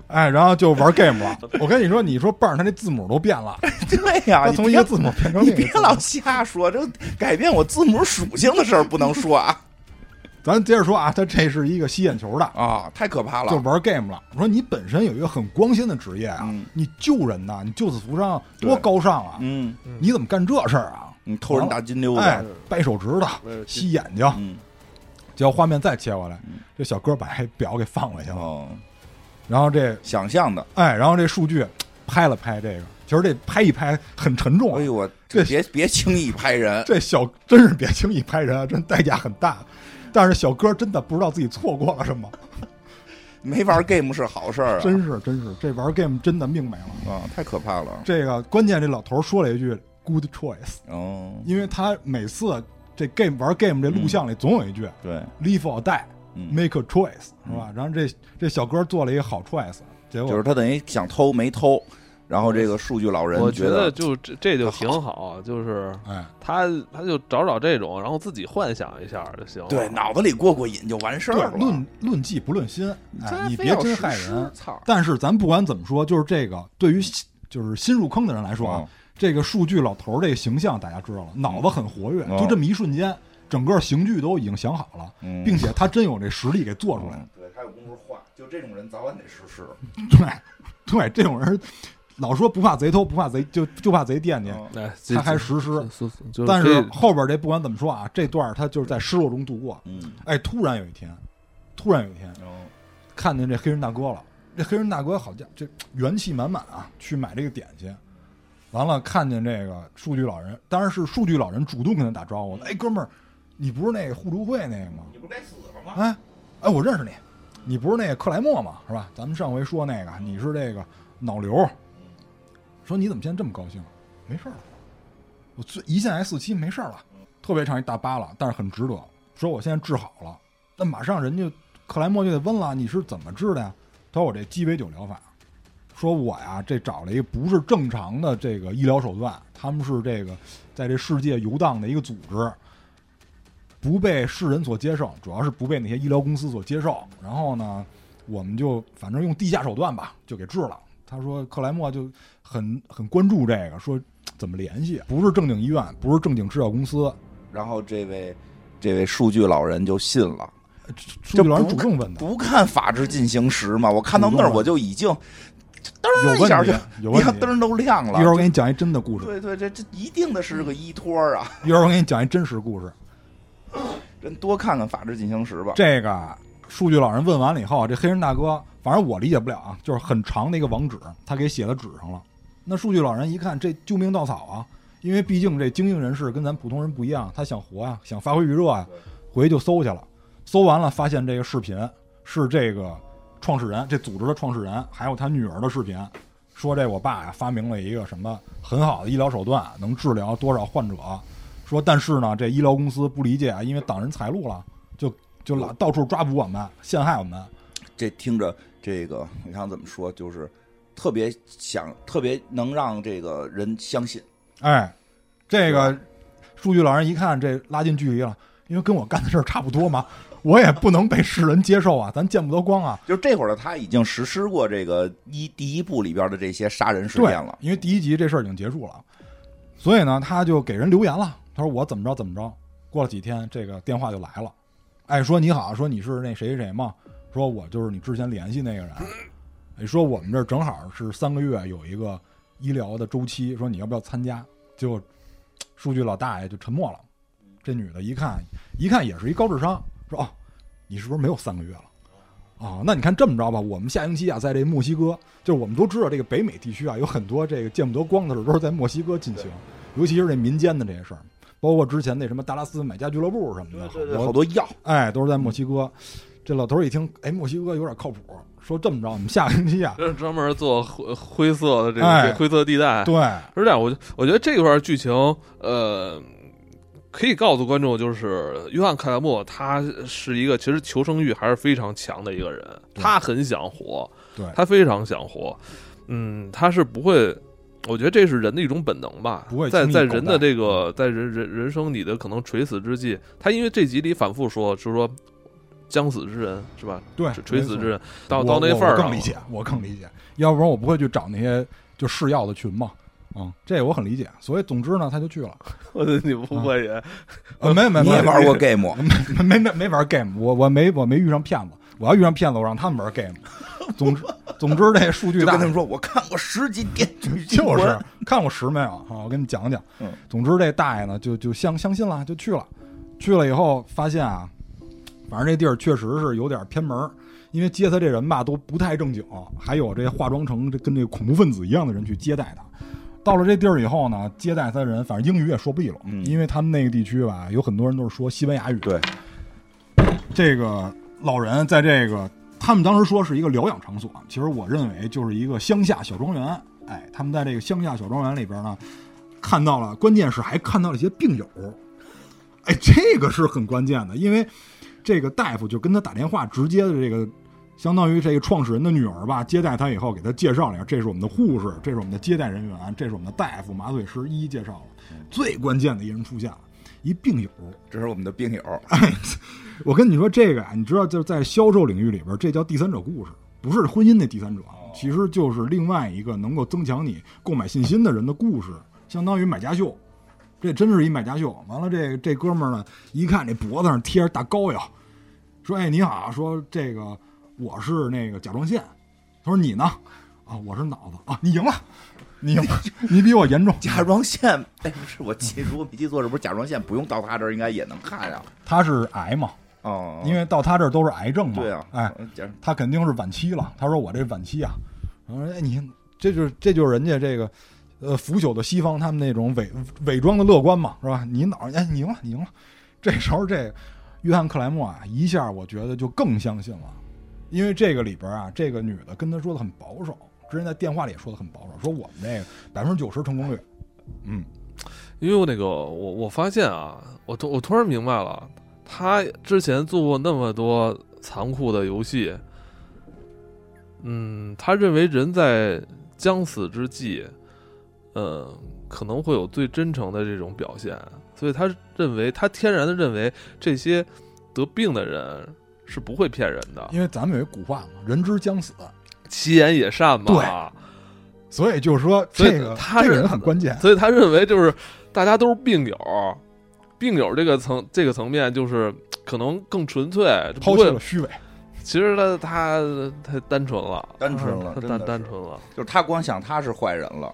C: 哎，然后就玩 game 了。我跟你说，你说伴儿他那字母都变了，
B: 对呀，啊
C: 他
B: 你
C: 从一
B: 别
C: 个字母变成
B: 你
C: 另一
B: 别
C: 个字母。
B: 老瞎说，这改变我字母属性的事儿不能说 啊
C: 咱接着说啊，他这是一个吸眼球的，
B: 啊，太可怕
C: 就
B: 了。
C: 玩 game 了。我说你本身有一个很光鲜的职业啊，
B: 嗯
C: 你救人呐，你救死扶伤，
B: 对
C: 多高尚啊！
B: 嗯，
C: 你怎么干这事儿啊？
B: 你偷人大金溜子，啊
C: 哎，掰手指头
A: 嗯，
C: 吸眼睛，
B: 嗯，
C: 结果画面再切过来
B: 嗯，
C: 这小哥把这表给放回去了，
B: 哦，
C: 然后这
B: 想象的，
C: 哎，然后这数据拍了拍这个，其实这拍一拍很沉重啊、
B: 哎呦我，
C: 这
B: 别别轻易拍人，
C: 这小真是别轻易拍人啊，真代价很大。但是小哥真的不知道自己错过了什么，
B: 没玩 game 是好事儿啊，
C: 真是真是，这玩 game 真的命没了。
B: 啊，太可怕了。
C: 这个关键，这老头说了一句 “good choice”，
B: 哦，
C: 因为他每次这 game 玩 game 这录像里总有一句
B: 对，
C: “live or die,
B: 嗯，
C: make a choice”，是吧？然后这这小哥做了一个好 choice，结
B: 就是
C: 果
B: 他等于想偷没偷，然后这个数据老人
A: 我
B: 觉
A: 觉
B: 得
A: 得就这这就挺好，就是
C: 哎，
A: 他他就找找这种，然后自己幻想一下就行了。
B: 对脑子里过过瘾就完事
C: 对
B: 儿，了。
C: 论论迹不论心，哎，
B: 这
C: 你
B: 非
C: 别
B: 要
C: 真
B: 实
C: 害
B: 施
C: 人。
B: 操！
C: 但是咱不管怎么说，就是这个对于新就是新入坑的人来说啊，
B: 嗯
C: 这个数据老头儿这个形象大家知道了，脑子很活跃，
B: 嗯
C: 就这么一瞬间，整个刑具都已经想好了，
B: 嗯
C: 并且他真有这实力给做出来。
B: 嗯对他有功夫画，就这种人早晚得实施。
C: 对， 对，这种人老说不怕贼偷，不怕贼就就怕贼惦记，
B: 嗯
A: 哎，
C: 他还实施。
A: 是，就
C: 但
A: 可
C: 是
A: 以
C: 后边这不管怎么说啊，这段他就是在失落中度过。
B: 嗯，哦
C: 哎，突然有一天，突然有一天，
B: 然后
C: 看见这黑人大哥了。这黑人大哥好家伙，这元气满满啊，去买这个点心。完了，看见这个数据老人，当然是数据老人主动跟他打招呼的。哎，哥们儿，你不是那个互助会那个吗？
B: 你不该死了吗？
C: 哎，哎，我认识你，你不是那个克莱默吗？是吧？咱们上回说那个，你是这个脑瘤，说你怎么现在这么高兴？啊没事儿了，我最胰腺癌四期没事儿了，特别长一大疤了，但是很值得。说我现在治好了，那马上人家克莱默就得问了，你是怎么治的呀？他说我这鸡尾酒疗法，说我呀这找了一个不是正常的这个医疗手段，他们是这个在这世界游荡的一个组织，不被世人所接受，主要是不被那些医疗公司所接受。然后呢，我们就反正用地下手段吧，就给治了。他说克莱默就很很关注这个，说怎么联系，不是正经医院，不是正经制药公司，
B: 然后这位这位数据老人就信了。
C: 数据老人主动问的，
B: 不看《法制进行时》吗？我看到那儿我就已经噔
C: 有
B: 儿一下
C: 问
B: 就
C: 题，啊有问
B: 一下
C: 题。
B: 灯儿都亮
C: 一会儿我
B: 了。
C: 给你讲一真的故事，
B: 对对，这这一定的是个依托儿啊！
C: 一会儿我给你讲一真实故事。
B: 人多看看《法制进行时》吧。
C: 这个数据老人问完了以后，这黑人大哥，反正我理解不了啊，就是很长的一个网址，他给写到纸上了。那数据老人一看，这救命稻草啊，因为毕竟这精英人士跟咱普通人不一样，他想活啊，想发挥余热啊，回去就搜去了。搜完了，发现这个视频是这个创始人，这组织的创始人，还有他女儿的视频，说这我爸呀发明了一个什么很好的医疗手段，能治疗多少患者。说但是呢，这医疗公司不理解啊，因为挡人财路了，就就老到处抓捕我们，陷害我们。
B: 这听着这个，你看怎么说？就是特别想，特别能让这个人相信。
C: 哎，这个数据老人一看，这拉近距离了，因为跟我干的事儿差不多嘛，我也不能被世人接受啊，咱见不得光啊。
B: 就是这会儿的他已经实施过这个一第一部里边的这些杀人事
C: 对
B: 件了，，
C: 因为第一集这事儿已经结束了，所以呢，他就给人留言了，他说我怎么着怎么着。过了几天，这个电话就来了，哎，说你好，说你是那谁谁谁吗？说我就是你之前联系那个人。哎，说我们这儿正好是三个月有一个医疗的周期，说你要不要参加？结果数据老大爷就沉默了。这女的一看，一看也是一高智商，说哦，你是不是没有三个月了？啊、那你看这么着吧，我们下星期啊，在这墨西哥，就是我们都知道这个北美地区啊，有很多这个见不得光的事儿都是在墨西哥进行，尤其是这民间的这些事儿，包括之前那什么达拉斯买家俱乐部什么的，
B: 好
C: 好多
B: 多药，
C: 哎都是在墨西哥。这老头儿一听，哎，墨西哥有点靠谱，说这么着，我们下个星 期啊，
A: 这是专门做灰灰色的这个、
C: 哎
A: 这灰色地带。
C: 对，
A: 是这样，我就我觉得这块剧情，呃，可以告诉观众，就是约翰·克莱默他是一个其实求生欲还是非常强的一个人，
C: 对
A: 他很想活，
C: 对
A: 他非常想活，嗯，他是不会。我觉得这是人的一种本能吧，
C: 不会
A: 在
C: 轻易嗯
A: 在
C: 狗
A: 人的
C: 蛋
A: 这个在人人人生里的可能垂死之际，他因为这集里反复说，就是说将死之人是吧，
C: 对，
A: 垂死
C: 哎没错
A: 之人到
C: 我
A: 到那
C: 我
A: 份儿啊上
C: 我更
A: 了
C: 理，解，我更理解，要不然我不会去找那些就试药的群嘛。嗯，这我很理解，所以总之呢，他就去了。
A: 我的你
C: 嗯
A: 不会也
C: 呃，没没
B: 你
C: 没
B: 也玩过 game，
C: 没没没没玩 game，我我没我没遇上骗子，我要遇上骗子，我让他们玩 game。总之总之，这数据
B: 就
C: 大
B: 跟他们说我看过十集 电锯惊
C: 就
B: 魂
C: 是看过十没有啊？我跟你讲讲。
B: 嗯
C: 总之这大爷呢，就就相相信了，就去了。去了以后发现啊，反正这地儿确实是有点偏门儿，因为接他这人吧都不太正经，还有这化妆成这跟这恐怖分子一样的人去接待他。到了这地儿以后呢，接待他的人反正英语也说不利落，
B: 嗯
C: 因为他们那个地区吧，有很多人都是说西班牙语。
B: 对，
C: 这个老人在这个呃他们当时说是一个疗养场所，其实我认为就是一个乡下小庄园。哎，他们在这个乡下小庄园里边呢，看到了，关键是还看到了一些病友。哎， 这个是很关键的，因为这个大夫就跟他打电话，直接的这个相当于这个创始人的女儿吧，接待他以后，给他介绍了一下，这是我们的护士，这是我们的接待人员，这是我们的大夫、麻醉师，一一介绍了。最关键的一人出现了，一病友。
B: 这是我们的病友，
C: 啊我跟你说这个啊，你知道，就是在销售领域里边，这叫第三者故事，不是婚姻的第三者，其实就是另外一个能够增强你购买信心的人的故事，相当于买家秀。这真是一买家秀。完了这，这哥们儿呢，一看这脖子上贴着大膏药，说：“哎，你好，说这个我是那个甲状腺。”他说：“你呢？啊，我是脑子啊，你赢了，你赢了，你比我严重。”
B: 甲状腺， 哎，不是我记，如果没记错，是不是甲状腺不用到他这儿应该也能看呀？
C: 他是癌嘛，
B: 哦，
C: 因为到他这儿都是癌症嘛。
B: 对啊，
C: 哎，
B: 嗯，甲
C: 他肯定是晚期了。他说我这晚期啊，然后说哎你看这就是这就是人家这个呃腐朽的西方他们那种伪伪装的乐观嘛，是吧？你脑哎你赢了你赢了，这时候这约翰克莱默啊一下我觉得就更相信了，因为这个里边啊这个女的跟他说的很保守，之前在电话里也说的很保守，说我们这个百分之九十成功率，嗯，
A: 因为我那个我我发现啊，我突我突然明白了，他之前做过那么多残酷的游戏，嗯，他认为人在将死之际，嗯，可能会有最真诚的这种表现，所以他认为他天然的认为这些得病的人是不会骗人的，
C: 因为咱们有一古话嘛，人之将死，
A: 其言也善嘛，
C: 所以就是说
A: 所以
C: 这个
A: 他
C: 这
A: 是
C: 个人很关键，
A: 所以他认为就是大家都是病友，病友这个层这个层面就是可能更纯粹，不
C: 抛弃
A: 会
C: 了虚伪。
A: 其实他他太单纯了，
B: 单纯了，
A: 他
B: 真的
A: 单
B: 是
A: 单纯了。
B: 就是他光想他是坏人了，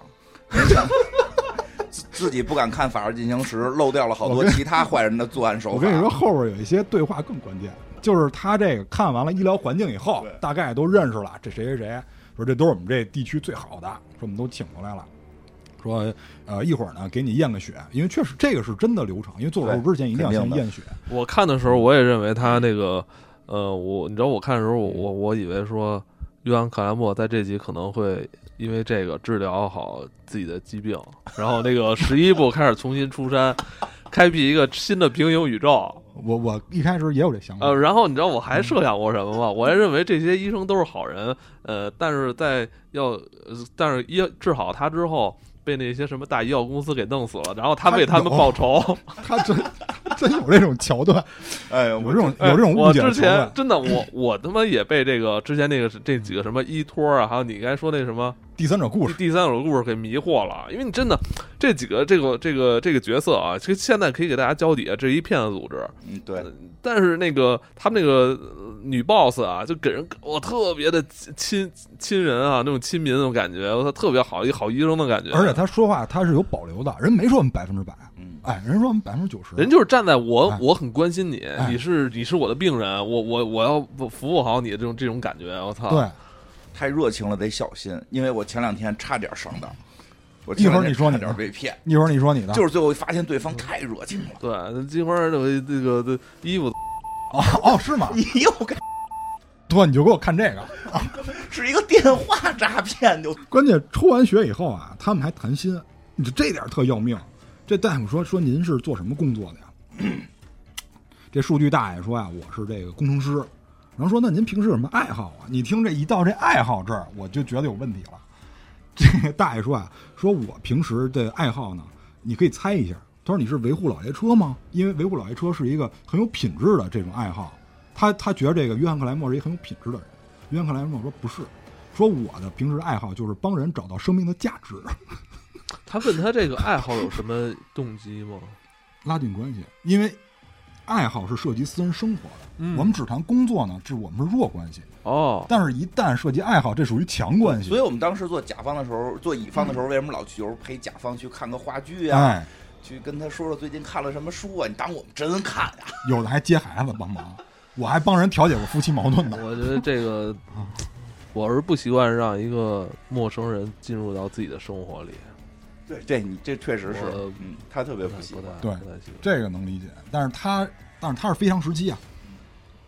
B: 自自己不敢看《法制进行时》，漏掉了好
C: 我
B: 多
C: 跟
B: 其他坏人的作案手法。
C: 我跟你说，，后边有一些对话更关键，就是他这个看完了医疗环境以后
B: 对，
C: 大概都认识了这谁谁谁，说这都是我们这地区最好的，说我们都请过来了。说，呃，一会儿呢，给你验个血，因为确实这个是真的流程，因为做手术之前一定要
B: 肯
C: 先
B: 定的
C: 验血。
A: 我看的时候，我也认为他那个，呃，我你知道，我看的时候，我我我以为说约翰·克莱默在这集可能会因为这个治疗好自己的疾病，然后那个十一部开始重新出山，开辟一个新的平行宇宙。
C: 我我一开始也有这想法
A: 呃，，然后你知道我还
C: 嗯
A: 设想过什么吗？我还认为这些医生都是好人，呃，但是在要，呃但是医治好他之后，被那些什么大医药公司给弄死了，然后他
C: 他
A: 为他们
C: 有
A: 报仇。
C: 他真真有这种桥段，
B: 哎呦，
C: 有
B: 我
C: 这种
A: 哎
C: 有这种误
A: 我
C: 解的
A: 之
C: 桥
A: 前
C: 段。
A: 真的，我我他妈也被这个之前那个这几个什么医托啊，还有你刚才说那什么
C: 第三者故事，
A: 第三种故事给迷惑了，因为你真的这几个这个这个这个角色啊，其实现在可以给大家交底啊，这一骗子组织。
B: 嗯，对，
A: 但是那个他们那个呃女 boss 啊，就给人我特别的亲亲人啊，那种亲民那种感觉，他特别好，一好医生的感觉。
C: 而且他说话他是有保留的，人没说我们百分之百，
B: 嗯，
C: 哎，人说我们百分之九十，
A: 人就是站在我，
C: 哎
A: 我很关心你，
C: 哎
A: 你是你是我的病人，我我我要服务好你这种这种感觉，我操！
C: 对，
B: 太热情了，得小心，因为我前两天差点上当，我
C: 一会儿你
B: 前两天
C: 说你
B: 差
C: 的
B: 点被骗，
C: 一会儿你说你的，
B: 就是最后发现对方太热情 了，
A: 对，那金花这个这个这衣服
C: 哦哦是吗？
B: 你又给
C: 对，你就给我看这个。
B: 是一个电话诈骗， 就
C: 关键抽完血以后啊，他们还谈心，你就这点儿特要命。这大夫说说您是做什么工作的呀？ 这数据大爷说呀、我是这个工程师。然后说那您平时有什么爱好啊？你听这一到这爱好这儿，我就觉得有问题了。 这个大爷说啊，说我平时的爱好呢，你可以猜一下。他说你是维护老爷车吗？因为维护老爷车是一个很有品质的这种爱好。他他觉得这个约翰克莱默是一个很有品质的人。约翰克莱默说不是，说我的平时爱好就是帮人找到生命的价值，
A: 他问他这个爱好有什么动机 吗？
C: 拉近关系，因为爱好是涉及私人生活的。
A: 嗯
C: 我们只谈工作呢，这我们是弱关系，
A: 哦，
C: 但是一旦涉及爱好，这属于强关系。
B: 所以我们当时做甲方的时候，做乙方的时候，为什么老去有时候陪甲方去看个话剧啊，
C: 哎，
B: 去跟他说说最近看了什么书啊？你当我们真看呀、
C: 有的还接孩子帮忙，我还帮人调解过夫妻矛盾呢。
A: 我觉得这 个，我是不习惯让一个陌生人进入到自己的生活里，
B: 对，这你这确实是
A: 我，
B: 嗯，他特别
A: 不
B: 不
A: 太
B: 喜
A: 不
B: 欢
A: 太。
C: 对
A: 不太习惯。
C: 这个能理解，但是他，但是他是非常时期啊。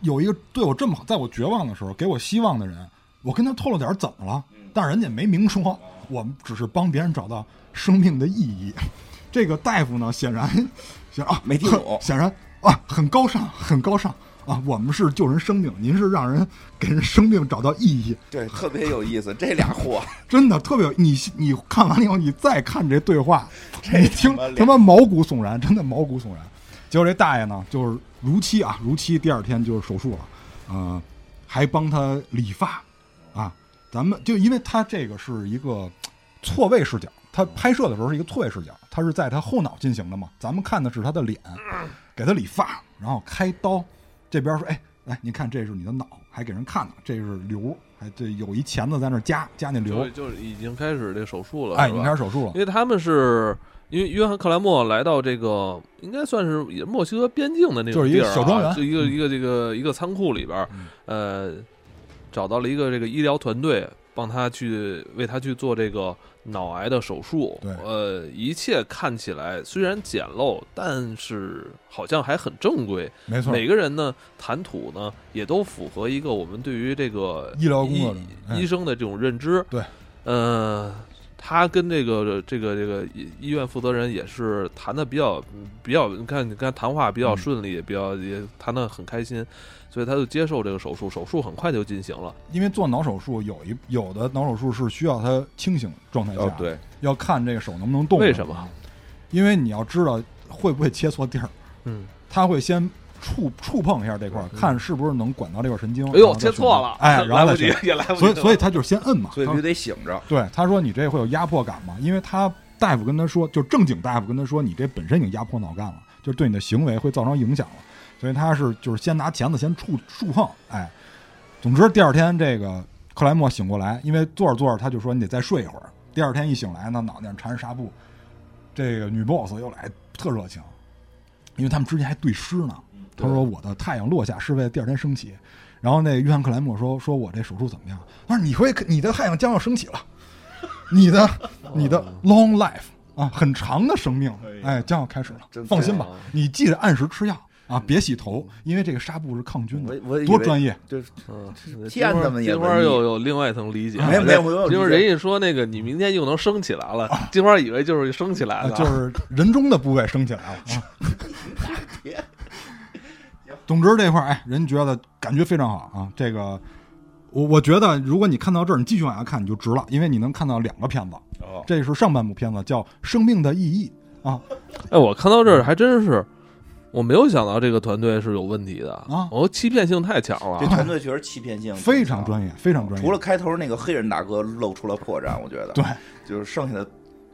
C: 有一个对我这么好，在我绝望的时候给我希望的人，我跟他透露点儿怎么了？
B: 嗯
C: 但是人家没明
B: 哦
C: 说，我们只是帮别人找到生命的意义。 这个大夫呢，显然，显然啊，
B: 没听懂
C: 显然啊，很高尚，很高尚啊。我们是救人生命，您是让人给人生命找到意义，
B: 对，特别有意思，这俩 货，
C: 真的特别有你你看完了以后，你再看这对话，
B: 这
C: 你听
B: 他妈脸
C: 他妈毛骨悚然，真的毛骨悚然。结果这大爷呢，就是如期啊，如期第二天就是手术了，呃，还帮他理发啊。咱们就因为他这个是一个错位视角，他拍摄的时候是一个错位视角，他是在他后脑进行的嘛，咱们看的是他的脸，给他理发，然后开刀，这边说，哎，来，您看这是你的脑，还给人看呢，这是瘤，还这有一钳子在那儿夹夹那瘤
A: 就，就是已经开始这手术了，
C: 哎，
A: 是
C: 已
A: 吧
C: 经开始手术了
A: 因。为他们是因为约翰克莱默来到这个应该算是也墨西哥边境的那
C: 就
A: 种
C: 是一
A: 地
C: 个
A: 儿、啊，
C: 小庄园
A: 就一个
C: 嗯
A: 一个这个一个仓库里边儿，呃，找到了一个这个医疗团队。帮他去为他去做这个脑癌的手术
C: 对，
A: 呃，一切看起来虽然简陋，但是好像还很正规。
C: 没错，
A: 每个人呢谈吐呢也都符合一个我们对于这个
C: 医疗工作者
A: 医
C: 哎
A: 医生的这种认知。
C: 对，
A: 呃，他跟这个这个这个医医院负责人也是谈的比较比较，你看你跟他谈话比较
C: 嗯
A: 顺利，比较也谈的很开心，所以他就接受这个手术，手术很快就进行了。
C: 因为做脑手术有一有的脑手术是需要他清醒状态
B: 哦
C: 下，，，要看这个手能不能动。
A: 哦为什么？
C: 因为你要知道会不会切错地儿，
A: 嗯，
C: 他会先触触碰一下这块儿，
A: 嗯
C: 看是不是能管到这块神经。
A: 哎呦
C: 然，后再
A: 接错
C: 选择
A: 了，
C: 哎，然
A: 来
C: 后
A: 不
C: 再
A: 及
C: 选，
A: 也来不及了，
C: 所以所以他就是先摁嘛。
B: 所以必
C: 他
B: 须得醒着。
C: 对他说你这会有压迫感嘛，因为他大夫跟他说，就正经大夫跟他说，你这本身已经压迫脑干了，就是对你的行为会造成影响了，所以他是就是先拿钳子先触触碰，哎，总之第二天这个克莱默醒过来，因为坐着坐着他就说你得再睡一会儿，第二天一醒来呢，脑袋上缠着纱布，这个女 boss 又来特热情，因为他们之前还对诗呢，他说我的太阳落下是为了第二天升起。然后那约翰克莱默说：“说我这手术怎么样？”他说：“你会，你的太阳将要升起了。” 你的你
B: 哦
C: 的 long life 啊，很长的生命，哎，将要开始了
B: 真，
C: 放心吧
A: 棒啊，
C: 你记得按时吃药，啊，别洗头，因为这个纱布是抗菌的，
B: 我我以
C: 多
B: 为
C: 专业。
B: 对，
A: 嗯，
B: 骗他们也
A: 金花
B: 文艺
A: 又有另外一层理解，
B: 没有没有没有
A: 就是
B: 理解啊
A: 人家说那个你明天又能升起来了，金花以为就是升起来
C: 啊，
A: 的，
C: 就是人中的部位升 起来了。啊
B: 别
C: 总之这块儿，哎，人觉得感觉非常好啊。这个，我我觉得如果你看到这儿，你继续往下看你就值了，因为你能看到两个片子，
B: 哦，
C: 这是上半部片子叫《生命的意义》啊，
A: 哎，我看到这儿还真是，我没有想到这个团队是有问题的
C: 啊
A: 我说欺骗性太强
B: 这
A: 了。
B: 团队确实欺骗性
C: 非常
B: 强
C: 专业，非常专
B: 哦
C: 业。
B: 除了开头那个黑人大哥露出了破绽，我觉得
C: 对，
B: 就是剩下的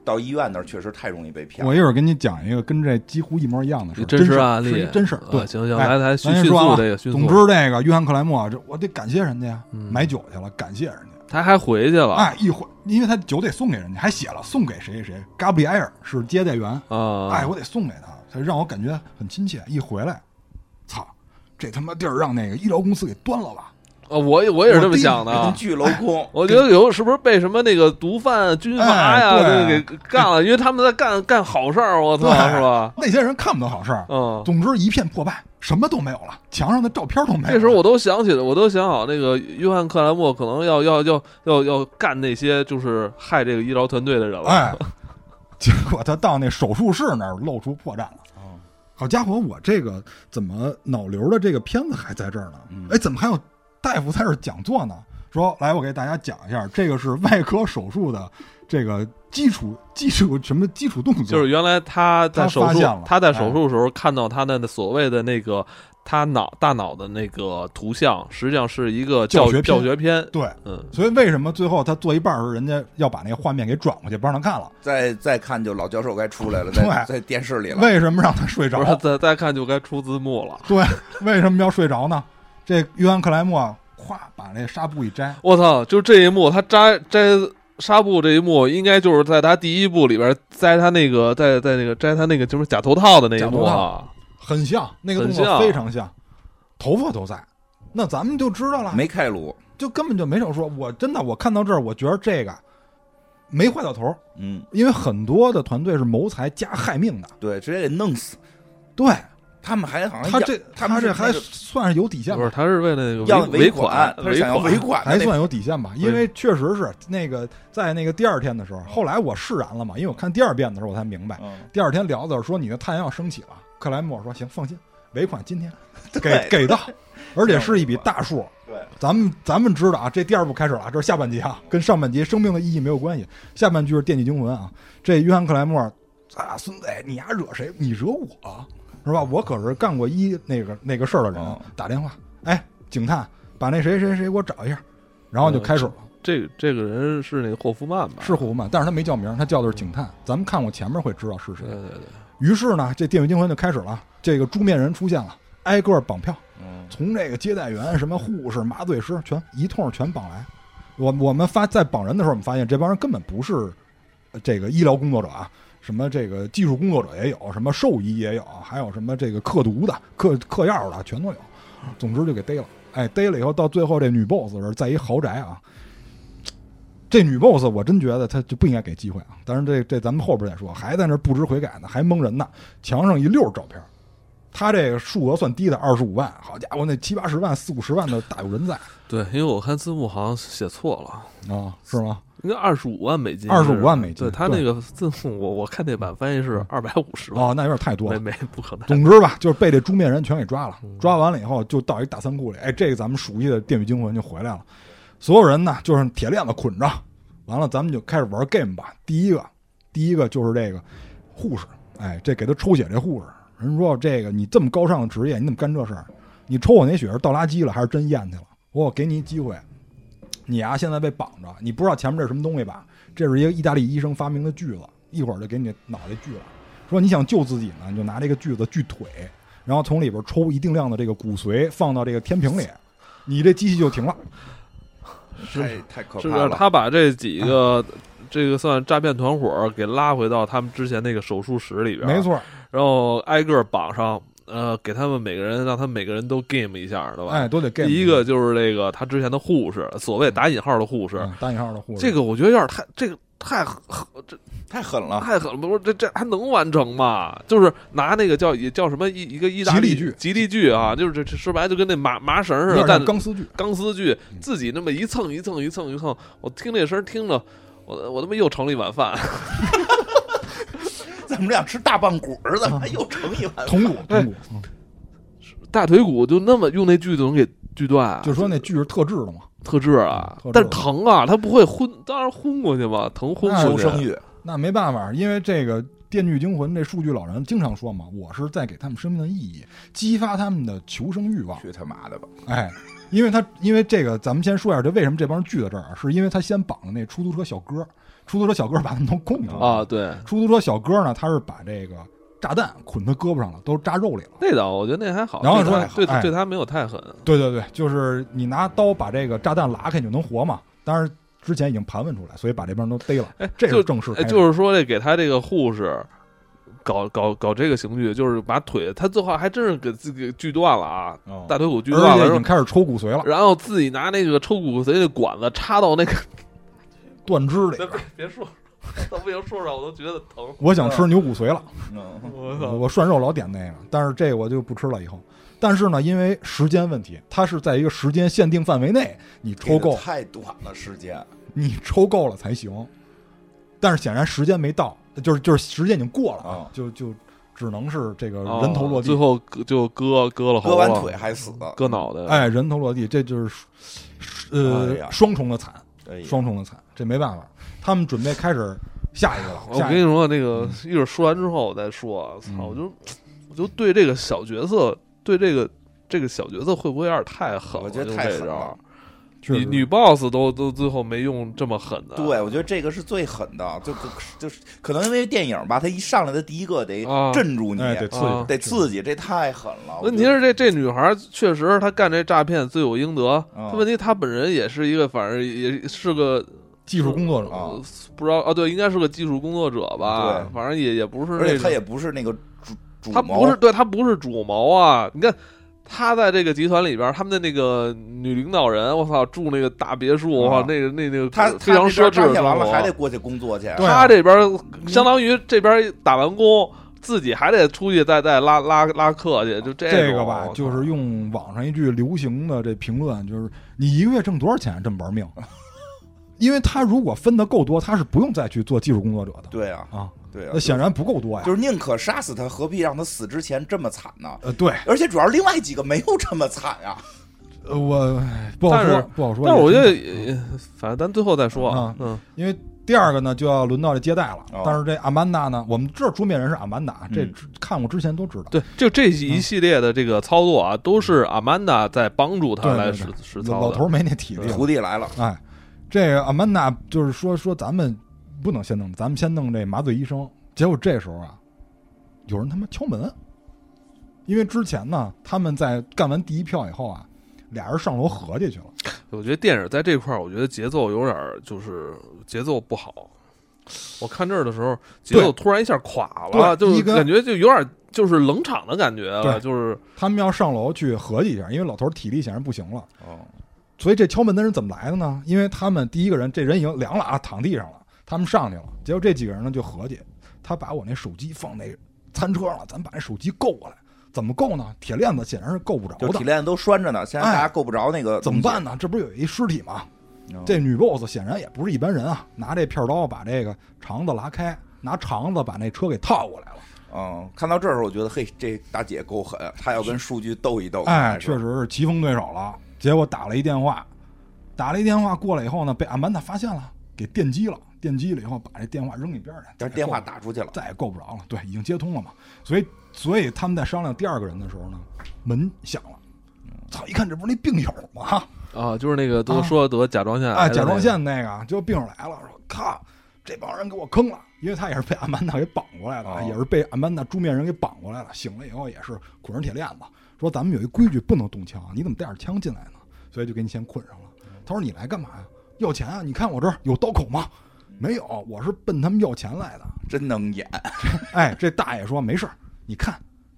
B: 到医院那儿确实太容易被骗
C: 我
B: 了。
C: 一会儿跟你讲一个跟这几乎一模一样的事儿，
A: 你
C: 真
A: 实
C: 事儿
A: 案
C: 是
A: 例
C: 一，真事儿。
A: 啊
C: 对，
A: 行行，
C: 哎
A: 来来，迅
C: 咱先
A: 迅
C: 说
A: 速
C: 完
A: 这
C: 了
A: 个，嗯迅
C: 总
A: 速，
C: 之，这个约翰克莱默，这我得感谢人家呀，买酒去了，感谢人家。
A: 他还回去了
C: 哎，一回，因为他酒得送给人家，还写了送给谁谁谁，嘎布里埃尔是接待员，哎，
A: 啊！
C: 我得送给他，他让我感觉很亲切。一回来，操，这他妈地儿让那个医疗公司给端了吧？
A: 我哦我也我也是这么想的
B: 跟
A: 啊。
B: 巨楼空，
A: 我觉得有是不是被什么那个毒贩、军阀呀
C: 哎
A: 这
C: 对
A: 个给干了？因为他们在干干好事儿，我操，是吧？
C: 那些人看不到好事儿，
A: 啊嗯，
C: 总之一片破败，什么都没有了，墙上的照片都没有了。
A: 这时候我都想起了，我都想好那个约翰克莱默可能要要要要要干那些就是害这个医疗团队的人了。
C: 哎，结果他到那手术室那儿露出破绽了。
B: 哦
C: 好家伙，我这个怎么脑瘤的这个片子还在这儿呢
B: 嗯？
C: 哎，怎么还有大夫在这儿讲座呢？说来，我给大家讲一下，这个是外科手术的这个基础基础什么基础动作，
A: 就是原来他在
C: 他
A: 手
C: 发
A: 术
C: 现了，哎
A: 他在手术的时候看到他的所谓的那个他脑大脑的那个图像，实际上是一个教
C: 教学片
A: 教学片。
C: 对。
A: 嗯，
C: 所以为什么最后他做一半儿时候，人家要把那个画面给转过去，不让他看了？
B: 再再看就老教授该出来了，在
C: 对
B: 在电视里了。
C: 为什么让他睡着
A: 不？是再再看就该出字幕了。
C: 对，为什么要睡着呢？这约翰克莱默咵把那纱布一摘，
A: 我操！就这一幕，他摘摘纱布这一幕，应该就是在他第一部里边摘他那个在在那个摘他那个就是假头套的那一
C: 假
A: 幕
C: 头
A: 啊
C: 套。很像，那个动
A: 很像
C: 作非常像，头发都在。那咱们就知道了，
B: 没开颅，
C: 就根本就没少说。我真的，我看到这儿，我觉得这个没坏到头儿，
B: 嗯，
C: 因为很多的团队是谋财加害命的。
B: 对，直接给弄死。
C: 对
B: 他们还好像
C: 他
B: 要
C: 这，
B: 他们是
C: 这还
B: 那个
C: 算是有底线
A: 不是，
C: 吧？
A: 他是为了那个
B: 要
A: 尾
B: 款
A: 款，，
B: 他是想要尾款的
C: 还
B: 那个，
C: 算有底线吧，因为确实是那个在那个第二天的时候，后来我释然了嘛，因为我看第二遍的时候我才明白，
B: 嗯，
C: 第二天聊的说你的太阳要升起了，克莱默说行，放心，尾款今天
B: 对
C: 给给到，而且是一笔大数，
B: 对，
C: 咱们咱们知道啊，这第二部开始了，这是下半集啊，跟上半集生命的意义没有关系。下半句是惦记惊魂啊，这约翰克莱默啊，孙子，你丫惹谁？你惹我啊是吧？我可是干过一那个那个事儿的人
B: 哦。
C: 打电话，哎，警探，把那谁谁谁给我找一下，然后就开始了。
A: 这这个人是那个霍夫曼吧？
C: 是，胡曼，但是他没叫名，他叫的是警探。咱们看过前面会知道是谁
A: 对。对对。
C: 于是呢，这电锯惊魂就开始了，这个猪面人出现了，挨个绑票。
B: 嗯，
C: 从这个接待员、什么护士、麻醉师，全一通全绑来。我我们发在绑人的时候，我们发现这帮人根本不是呃这个医疗工作者啊，什么这个技术工作者也有，什么兽医也有，还有什么这个刻毒的、刻刻药的，全都有。总之就给逮了。哎，逮了以后，到最后这女 boss 是在一豪宅啊。这女 boss 我真觉得她就不应该给机会啊！当然这这咱们后边再说，还在那儿不知悔改呢，还蒙人呢，墙上一溜儿照片儿。他这个数额算低的，二十五万，好家伙，那七八十万、四五十万的大有人在啊、
A: 对，因为我看字幕好像写错了，
C: 啊是吗？
A: 应该二十五万美金是，
C: 25万美金
A: 对他
C: 对
A: 那个字幕，我我看那版翻译是二百五十万，
C: 哦，那有点太多
A: 没
C: 了。
A: 没不可能。
C: 总之吧，就是被这猪面人全给抓了。抓完了以后，就到一大仓库里。哎，这个咱们熟悉的《电锯惊魂》就回来了。所有人呢，就是铁链子捆着。完了，咱们就开始玩 game 吧。第一个，第一个就是这个护士。哎，这给他抽血这护士，人说这个你这么高尚的职业，你怎么干这事儿？你抽我那血是倒垃圾了，还是真咽去了？我给你一机会，你啊现在被绑着，你不知道前面这是什么东西吧？这是一个意大利医生发明的锯子，一会儿就给你脑袋锯了。说你想救自己呢，你就拿这个锯子锯腿，然后从里边抽一定量的这个骨髓放到这个天平里，你这机器就 停了。
B: 太太可
A: 是
B: 怕
A: 的，
B: 了。
A: 他把这几个 这个算诈骗团伙儿给拉回到他们之前那个手术室里边，
C: 没，错，
A: 然后挨个绑上，呃，给他们每个人让他们每个人都 game 一下，对吧？
C: 哎，都得 game
A: 第一个就是这个他之前的护士，所谓打引号的护士，
C: 嗯打引号的护士，
A: 这个我觉得有点太这个太狠
B: 太狠了。
A: 太狠了！我说这这还能完成吗？就是拿那个叫也叫什么一一个意大利
C: 吉利锯
A: 吉利锯啊，就是这这说白了就跟那麻麻绳似
C: 有
A: 的，
C: 点
A: 但
C: 像钢丝剧，
A: 钢丝锯自己那么一蹭一蹭一蹭一蹭，我听这声儿听着，我我他妈又盛了一碗饭。
B: 怎么俩吃大棒骨儿？怎么又成一碗？
C: 铜鼓铜
A: 哎
C: 鼓，嗯
A: 大腿骨就那么用那锯就能给锯断啊，
C: 就说那剧是特制的嘛，
A: 特制啊
C: 特制，
A: 但是疼啊，它不会昏，当然昏过去嘛，疼昏
C: 那
A: 过
B: 求
A: 去。
B: 生欲，
C: 那没办法，因为这个《电锯惊魂》这数据老人经常说嘛，我是在给他们生命的意义，激发他们的求生欲望。
B: 去他妈的吧！
C: 哎，因为他因为这个，咱们先说一下这为什么这帮人聚到这儿啊，是因为他先绑了那出租车小哥，出租车小哥把他们都供住了
A: 啊，。对，
C: 出租车小哥呢，他是把这个炸弹捆他胳膊上了，都扎肉里了。
A: 那倒我觉得那还好，
C: 然后
A: 对
C: 说
A: 它对
C: 哎
A: 对他没有太狠，
C: 对对对，就是你拿刀把这个炸弹拉开，你就能活嘛。当然之前已经盘问出来，所以把这帮人都逮了。
A: 哎，
C: 这
A: 就
C: 个正式
A: 哎，
C: 开始
A: 就是说这给他这个护士搞搞搞这个刑具，就是把腿，他最后还真是给自己锯断了啊，
C: 哦
A: 大腿骨锯
C: 而
A: 断了，
C: 且已
A: 然
C: 经
A: 后
C: 开始抽骨髓了，
A: 然后自己拿那个抽骨髓的管子插到那个，
C: 断肢里
A: 别。别别说，他不行说上我都觉得 疼，
C: 我想吃牛骨髓了，
B: 嗯，
A: 我
C: 我
A: 操，
C: 我涮肉老点那个，但是这个我就不吃了以后。但是呢，因为时间问题，它是在一个时间限定范围内，你抽
B: 给
C: 够
B: 的太短了，时间
C: 你抽够了才行。但是显然时间没到，就是就是时间已经过了
B: 啊
C: 就就只能是这个
A: 哦
C: 人头落地，
A: 最后割就割割了喉
B: 割完
A: 咙
B: 腿啊还死，
A: 啊割脑袋，
C: 哎，人头落地，这就是
B: 哎呀
C: 呃双重的惨，
B: 哎呀
C: 双重的惨，这没办法。他们准备开始下一个了，
A: 我
C: 下
A: 跟
C: 一
A: 你
C: 个
A: 说，那个一会儿说完之后我再说。啊操，
B: 嗯
A: 我就我就对这个小角色，对这个这个小角色会不会有点太狠了？
B: 我觉得
A: 就
B: 太
A: 这
B: 狠
A: 招
B: 了
C: 确
A: 女
C: 实
A: 女 boss 都都最后没用这么狠的。
B: 对，我啊觉得这个是最狠的，就可就是可能因为电影吧，他一上来的第一个得
A: 啊
B: 镇住你，
C: 哎得刺激，
A: 啊
B: 得刺激，这太狠了。我
A: 问题
B: 觉得
A: 是这这女孩确实她干这诈骗罪有应得，
B: 嗯
A: 她问题她本人也是一个，反正也是个
C: 技术工作者
B: 啊
A: 呃不知道啊，对，应该是个技术工作者吧，
B: 对
A: 反正也也不是
B: 而且
A: 那
B: 他
A: 种
B: 也不是那个主主
A: 他
B: 谋，
A: 不是对他不是主谋啊！你看他在这个集团里边儿，他们的那个女领导人，我操，住那个大别墅，我
B: 啊
A: 操，那个那那个
B: 他
A: 非常奢侈
B: 他
A: 的啊
B: 这边诈骗
A: 生
B: 完了还得
A: 活。
B: 过去工作去，
C: 对啊
A: 他这边儿相当于这边儿打完工，自己还得出去再再拉拉拉客去，就这
C: 这
A: 这
C: 个吧，就是用网上一句流行的这评论，就是你一个月挣多少钱这么玩命？ 因为他如果分的够多，他是不用再去做技术工作者的
B: 对啊，
C: 啊。
B: 对啊
C: 那，显然不够多呀
B: 就。是宁可杀死他，何必让他死之前这么惨呢？
C: 呃，对，
B: 而且主要是另外几个没有这么惨啊呀，
C: 呃我唉不好
A: 但
C: 说
A: 是，
C: 不好说。
A: 但是我
C: 也
A: 觉
C: 真
A: 得
C: 的，
A: 也，反正咱最后再说
C: 啊
A: 嗯，
C: 因为第二个呢，就要轮到这接待了
B: 哦。
C: 但是这阿曼达呢，我们知道桌面人是阿曼
A: 嗯
C: 达，这之看过之前都知道。
A: 对，就这一系列的这个操作啊，都是阿曼达在帮助他
C: 对
A: 来
C: 对
A: 实
C: 对
A: 实
C: 老
A: 操
C: 头
A: 的。
C: 儿没那体力了
B: 徒弟来了，
C: 哎，这个阿曼达就是说说咱们不能先弄，咱们先弄这麻醉医生。结果这时候啊，有人他妈敲门，因为之前呢，他们在干完第一票以后啊，俩人上楼合计去了。
A: 我觉得电影在这块儿，我觉得节奏有点儿就是节奏不好。我看这儿的时候，节奏突然一下垮了，
C: 对
A: 就是
C: 一个
A: 感觉就有点儿就是冷场的感觉了，
C: 对
A: 就是
C: 他们要上楼去合计一下，因为老头儿体力显然不行了。
B: 哦，
C: 所以这敲门的人怎么来的呢？因为他们第一个人这人已经凉了啊，躺地上了，他们上去了。结果这几个人呢就合计，他把我那手机放那餐车上了，咱把那手机够过来。怎么够呢？铁链子显然是够不着
B: 就
C: 的
B: 体。链都拴着呢，现在大家够不着那个
C: 哎怎么办
B: 呢？
C: 呢？这不是有一尸体吗？
B: 嗯
C: 这女 boss 显然也不是一般人啊，拿这片刀把这个肠子拉开，拿肠子把那车给套过来了。
B: 嗯，看到这儿我觉得，嘿，这大姐够狠，她要跟数据斗一斗。
C: 哎，
B: 还是
C: 确，实是棋逢对手了。结果打了一电话，打了一电话过来以后呢，被阿曼达发现了，给电击了。电击了以后，把这电话扔一边儿去，
B: 但是电话打出去了，
C: 再也够不着了。对，已经接通了嘛。所以，所以他们在商量第二个人的时候呢，门响了。操！一看这不是那病友吗？
A: 啊，就是那个都说得甲状腺
C: 哎，
A: 癌的那个，
C: 甲状腺那个，就病人来了，说靠，这帮人给我坑了，因为他也是被阿曼达给绑过来的，
B: 哦
C: 也是被阿曼达猪面人给绑过来了。醒了以后也是捆上铁链子，说咱们有一规矩，不能动枪，你怎么带着枪进来呢？所以就给你先捆上了。他说你来干嘛呀？要钱啊？你看我这儿有刀口吗？没有，我是奔他们要钱来的。
B: 真能演。
C: 哎，这大爷说没事儿，你看，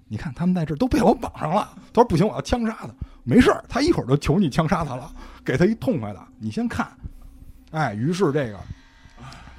C: 你看他们在这儿都被我绑上了。他说不行，我要枪杀他。没事儿，他一会儿就求你枪杀他了，给他一痛快的。你先看。哎，于是这个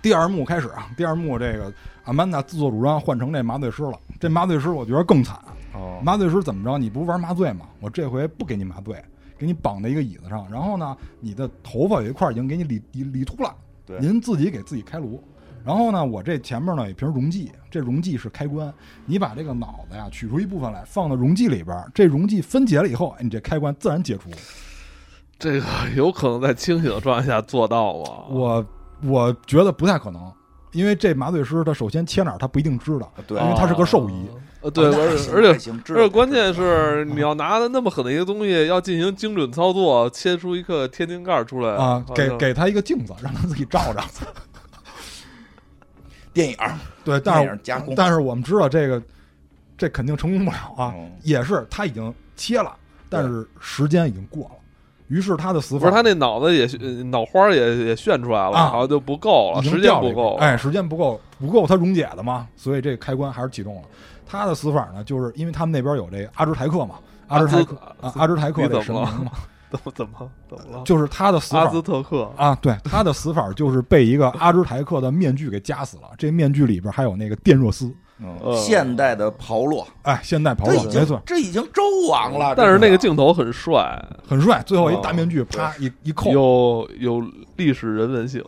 C: 第二幕开始啊，第二幕这个阿曼达自作主张换成这麻醉师了。这麻醉师我觉得更惨，
D: 哦，
C: 麻醉师怎么着？你不是玩麻醉吗？我这回不给你麻醉，给你绑在一个椅子上，然后呢，你的头发有一块已经给你理理理秃了，
D: 对
C: 您自己给自己开颅。然后呢，我这前面呢有一瓶溶剂，这溶剂是开关，你把这个脑子呀取出一部分来，放到溶剂里边儿，这溶剂分解了以后，哎你这开关自然解除。
A: 这个有可能在清醒的状态下做到啊吗？
C: 我我觉得不太可能，因为这麻醉师他首先切哪儿他不一定知道，
B: 对啊
C: 因为他是个兽医。
A: 呃，对，
B: 那
A: 而
B: 行
A: 而且
B: 那行知
A: 而
B: 道
A: 且关键是你要拿的那么狠的一个东西，要进行精准操作，切出一个天灵盖儿出来
C: 啊，
A: 好像
C: 给给他一个镜子，让他自己照着。
B: 电影儿
C: 对，但
B: 电
C: 是
B: 影加工
C: 但是我们知道这个，这肯定成功不了啊。
B: 嗯
C: 也是他已经切了，但是时间已经过了，于是他的死
A: 不是
C: 法
A: 他那脑子也呃脑花儿也也炫出来了，
C: 啊
A: 好像就不够了，
C: 已
A: 时
C: 经
A: 间
C: 掉了
A: 不
C: 一半
A: 够。
C: 哎，时间不够，不够他溶解的嘛，所以这个开关还是启动了。他的死法呢，就是因为他们那边有这个阿兹台克嘛，阿兹台克
A: 阿
C: 啊
A: 兹，
C: 阿兹台克
A: 你
C: 这
A: 怎
C: 神
A: 么
C: 明
A: 了
C: 嘛，
A: 怎么怎么怎么了？
C: 就是他的死
A: 阿
C: 法
A: 兹特克
C: 啊，对，他的死法就是被一个阿兹台克的面具给夹死了。这面具里边还有那个电热丝，
A: 呃
B: 嗯现代的炮烙，
C: 哎，现代跑
B: 这
C: 冷
B: 已
C: 没
B: 经，
C: 错
B: 这已经纣王了。
A: 但是那个
B: 这
A: 镜头很帅，
C: 很帅。最后一
A: 哦
C: 大面具啪一一扣，
A: 有有历史人文性。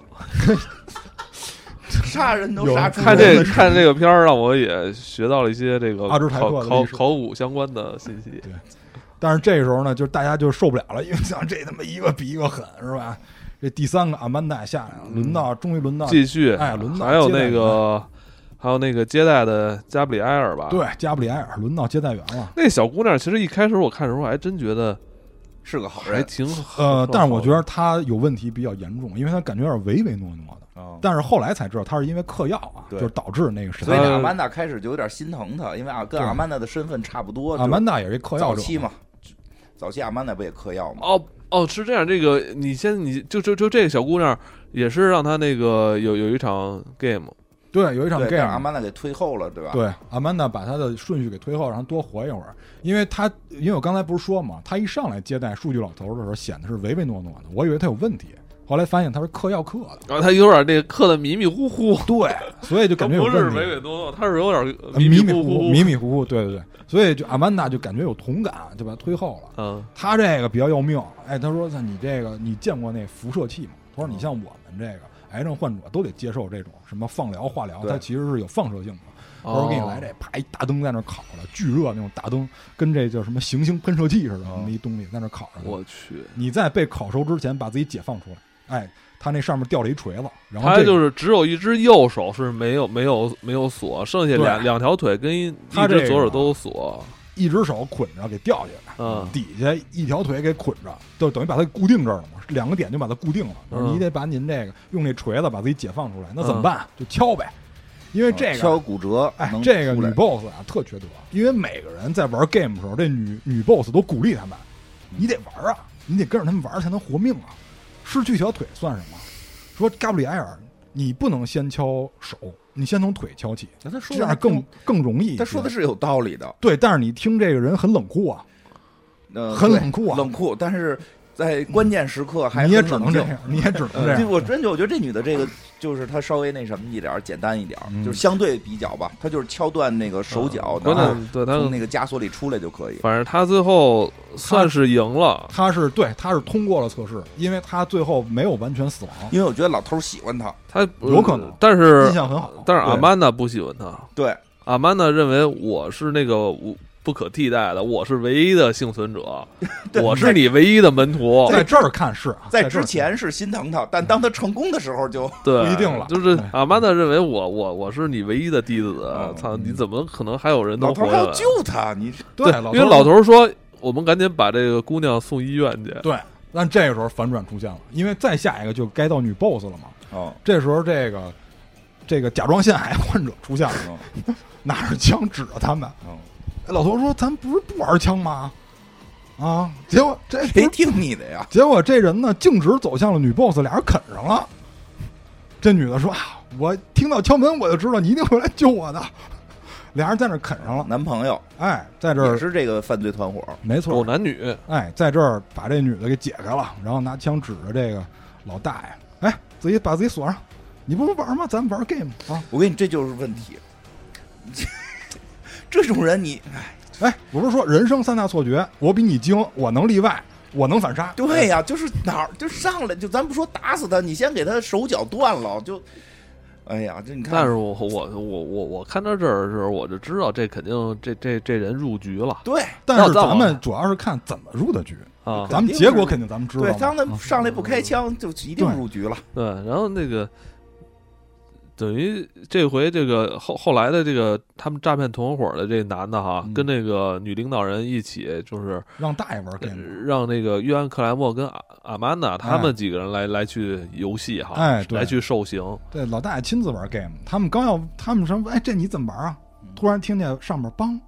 B: 杀人都
C: 有
B: 杀
C: 人
B: 出
A: 看
B: 人
A: 这
B: 了
A: 看这个片儿，让我也学到了一些这个
C: 阿兹台
A: 考
C: 克的
A: 考
C: 历史
A: 考古相关的信息。
C: 但是这时候呢，就是大家就受不了了，因为想这他妈一个比一个狠，是吧？这第三个阿曼达下来了，轮到终于轮到
A: 继续，
C: 哎轮到
A: 还有
C: 接待
A: 那个还有那个接待的加布里埃尔吧？，
C: 对加布里埃尔轮到接待员了。
A: 那小姑娘其实一开始我看的时候还真觉得
B: 是个好
A: 还
B: 人。
A: 挺好，
C: 呃，但是我觉
A: 得
C: 得他有问题比较严重，因为他感觉有点唯唯诺诺的。
B: 嗯
C: 但是后来才知道他是因为嗑药啊，就
B: 对
C: 是导致那个啊什
B: 所以
C: 么。
B: 那阿曼达开始就有点心疼他，因为啊，跟
C: 呃对
B: 阿曼达的身份差不多。
C: 阿曼达也是一嗑
B: 就是
C: 药
B: 早
C: 者
B: 期嘛，早期阿曼达不也嗑药吗？
A: 哦哦是这样，这个你先你就就就这个小姑娘也是让她那个有有一场 game，
C: 对，有一场
B: 对，
C: 这
B: 但是阿
C: 样。
B: 曼达给推后了，对吧？
C: 对，阿曼达把他的顺序给推后，让他多活一会儿，因为他，因为我刚才不是说嘛，他一上来接待数据老头的时候，显得是唯唯诺诺的，我以为他有问题，后来发现他是嗑药嗑的，
A: 然后她有点那个刻的迷迷糊糊，
C: 对，所以就
A: 她
C: 感觉有
A: 不是
C: 问
A: 唯
C: 题。
A: 唯诺诺，她是有点
C: 迷迷
A: 糊
C: 糊迷迷糊糊，对对对，所以就阿曼达就感觉有同感，就把他推后了。
A: 嗯，
C: 他这个比较要命，哎，他说：“那你这个你见过那辐射器吗？”他说：“你像我们这
A: 嗯
C: 个癌症患者都得接受这种什么放疗、化疗，
B: 对
C: 它其实是有放射性的。”他说：“我给你来
A: 哦
C: 这，啪一大灯在那儿烤着，巨热那种大灯，跟这叫什么行星喷射器似的，那么一东西在那儿烤着。
A: 我去，
C: 你在被烤熟之前把自己解放出来。”哎，他那上面吊着一锤子，然后
A: 她
C: 这
A: 就
C: 个
A: 是只有一只右手是没有没有没有锁，剩下两
C: 对
A: 两条腿跟一
C: 她
A: 一
C: 这
A: 只
C: 个
A: 左手都有锁，
C: 一只手捆着给吊起来。
A: 嗯，
C: 底下一条腿给捆着，就等于把它固定这儿了嘛，两个点就把它固定了。
A: 嗯
C: 你得把您这个用这锤子把自己解放出来，那怎么办？就敲呗，因为这
B: 嗯敲
C: 个。
B: 骨折，
C: 哎
B: 能，
C: 这个
B: 出来
C: 女 boss 啊特缺德，因为每个人在玩 game 的时候，这女女 boss 都鼓励他们，你得玩啊，你得跟着他们玩才能活命啊，失去一条腿算什么？说加布里埃尔，你不能先敲手，你先从腿敲起，
B: 他
C: 这
B: 说的
C: 样更更容易一些。
B: 他说的是有道理的，
C: 对，但是你听这个人很冷酷啊，
B: 呃，
C: 很
B: 对
C: 冷酷啊
B: 冷酷，但是在关键时刻还
C: 你也
B: 很
C: 只
B: 冷
C: 能这
B: 静
C: 样，你也只能这
B: 呃，
C: 样
B: 就。我真就我觉得这女的这个就是她稍微那什么一点儿，简单一点儿，
C: 嗯
B: 就是相对比较吧，她就是敲断那个手
A: 嗯
B: 脚，
A: 关
B: 然后
A: 键对她
B: 从那个枷锁里出来就可以。
A: 反正他最后算是赢了，
C: 他是对，他是通过了测试，因为他最后没有完全死亡，
B: 因为我觉得老头儿喜欢她，
A: 他
C: 有可能
A: 但是
C: 印象很好。
A: 但是
B: 对
A: 阿曼达不喜欢他，
B: 对，
A: 阿曼达认为我是那个无不可替代的，我是唯一的幸存 者，我是你唯一的门徒，
C: 在这儿看是啊，
B: 在
C: 在这儿
B: 之
C: 看
B: 前是心疼她，但
A: 嗯
B: 当她成功的时候就
A: 对，
C: 不一定了
A: 就是
C: 哎
A: 阿曼达认为我我我是你唯一的弟子
B: 嗯，
A: 操，你怎么可能还有人能
B: 老头
A: 活
B: 儿还
A: 下
B: 要
A: 来？
B: 救她，你
C: 对，
A: 因为老
C: 老头儿
A: 头说，我们赶紧把这个姑娘送医院去。
C: 对，但这个时候反转出现了，因为再下一个就该到女 boss 了嘛。
B: 哦，
C: 这时候这个这个甲状腺癌患者出现了，拿着枪指着他们。
A: 嗯
B: 哦
C: 老头儿说：“咱不是不玩枪吗？啊！”结果这不
B: 谁
C: 是
B: 听你的呀？
C: 结果这人呢，径直走向了女 boss，俩人啃上了。这女的说：“啊，我听到敲门，我就知道你一定会来救我的。”俩人在那儿啃上了。
B: 男朋友
C: 哎，在这
B: 也
C: 儿
B: 是这个犯罪团伙，
C: 没
A: 狗
C: 错，
A: 男女，
C: 哎，在这儿把这女的给解开了，然后拿枪指着这个老大爷，哎，自己把自己锁上，你不玩吗？咱玩 game 啊！
B: 我跟你这就是问题， 这种人你哎，
C: 哎，我不是说人生三大错觉，我比你精，我能例外，我能反杀。哎
B: 对呀、就是哪儿就上来就咱不说打死他，你先给他手脚断了就，哎呀，这你看，
A: 但是我我我我我看到这儿的时候，我就知道这肯定这这这人入局了
B: 对
C: 但是
A: 那我
C: 咱们主要是看怎么入的局，
A: 啊。
C: 咱们结果肯定咱们知
B: 对，
C: 道
B: 刚
C: 嘛。
B: 才上来不开枪就一定
C: 对
B: 入局了，
A: 对，然后那个等于这回这个后后来的这个他们诈骗团伙的这男的哈，
C: 嗯
A: 跟那个女领导人一起，就是
C: 让大爷玩 game，
A: 呃让那个约翰克莱默跟阿阿曼达他
C: 哎
A: 们几个人来、来去游戏哈，
C: 哎对
A: 来去受刑，
C: 对，老大爷亲自玩 game，他们刚要，他们说，哎，这你怎么玩啊？突然听见上面梆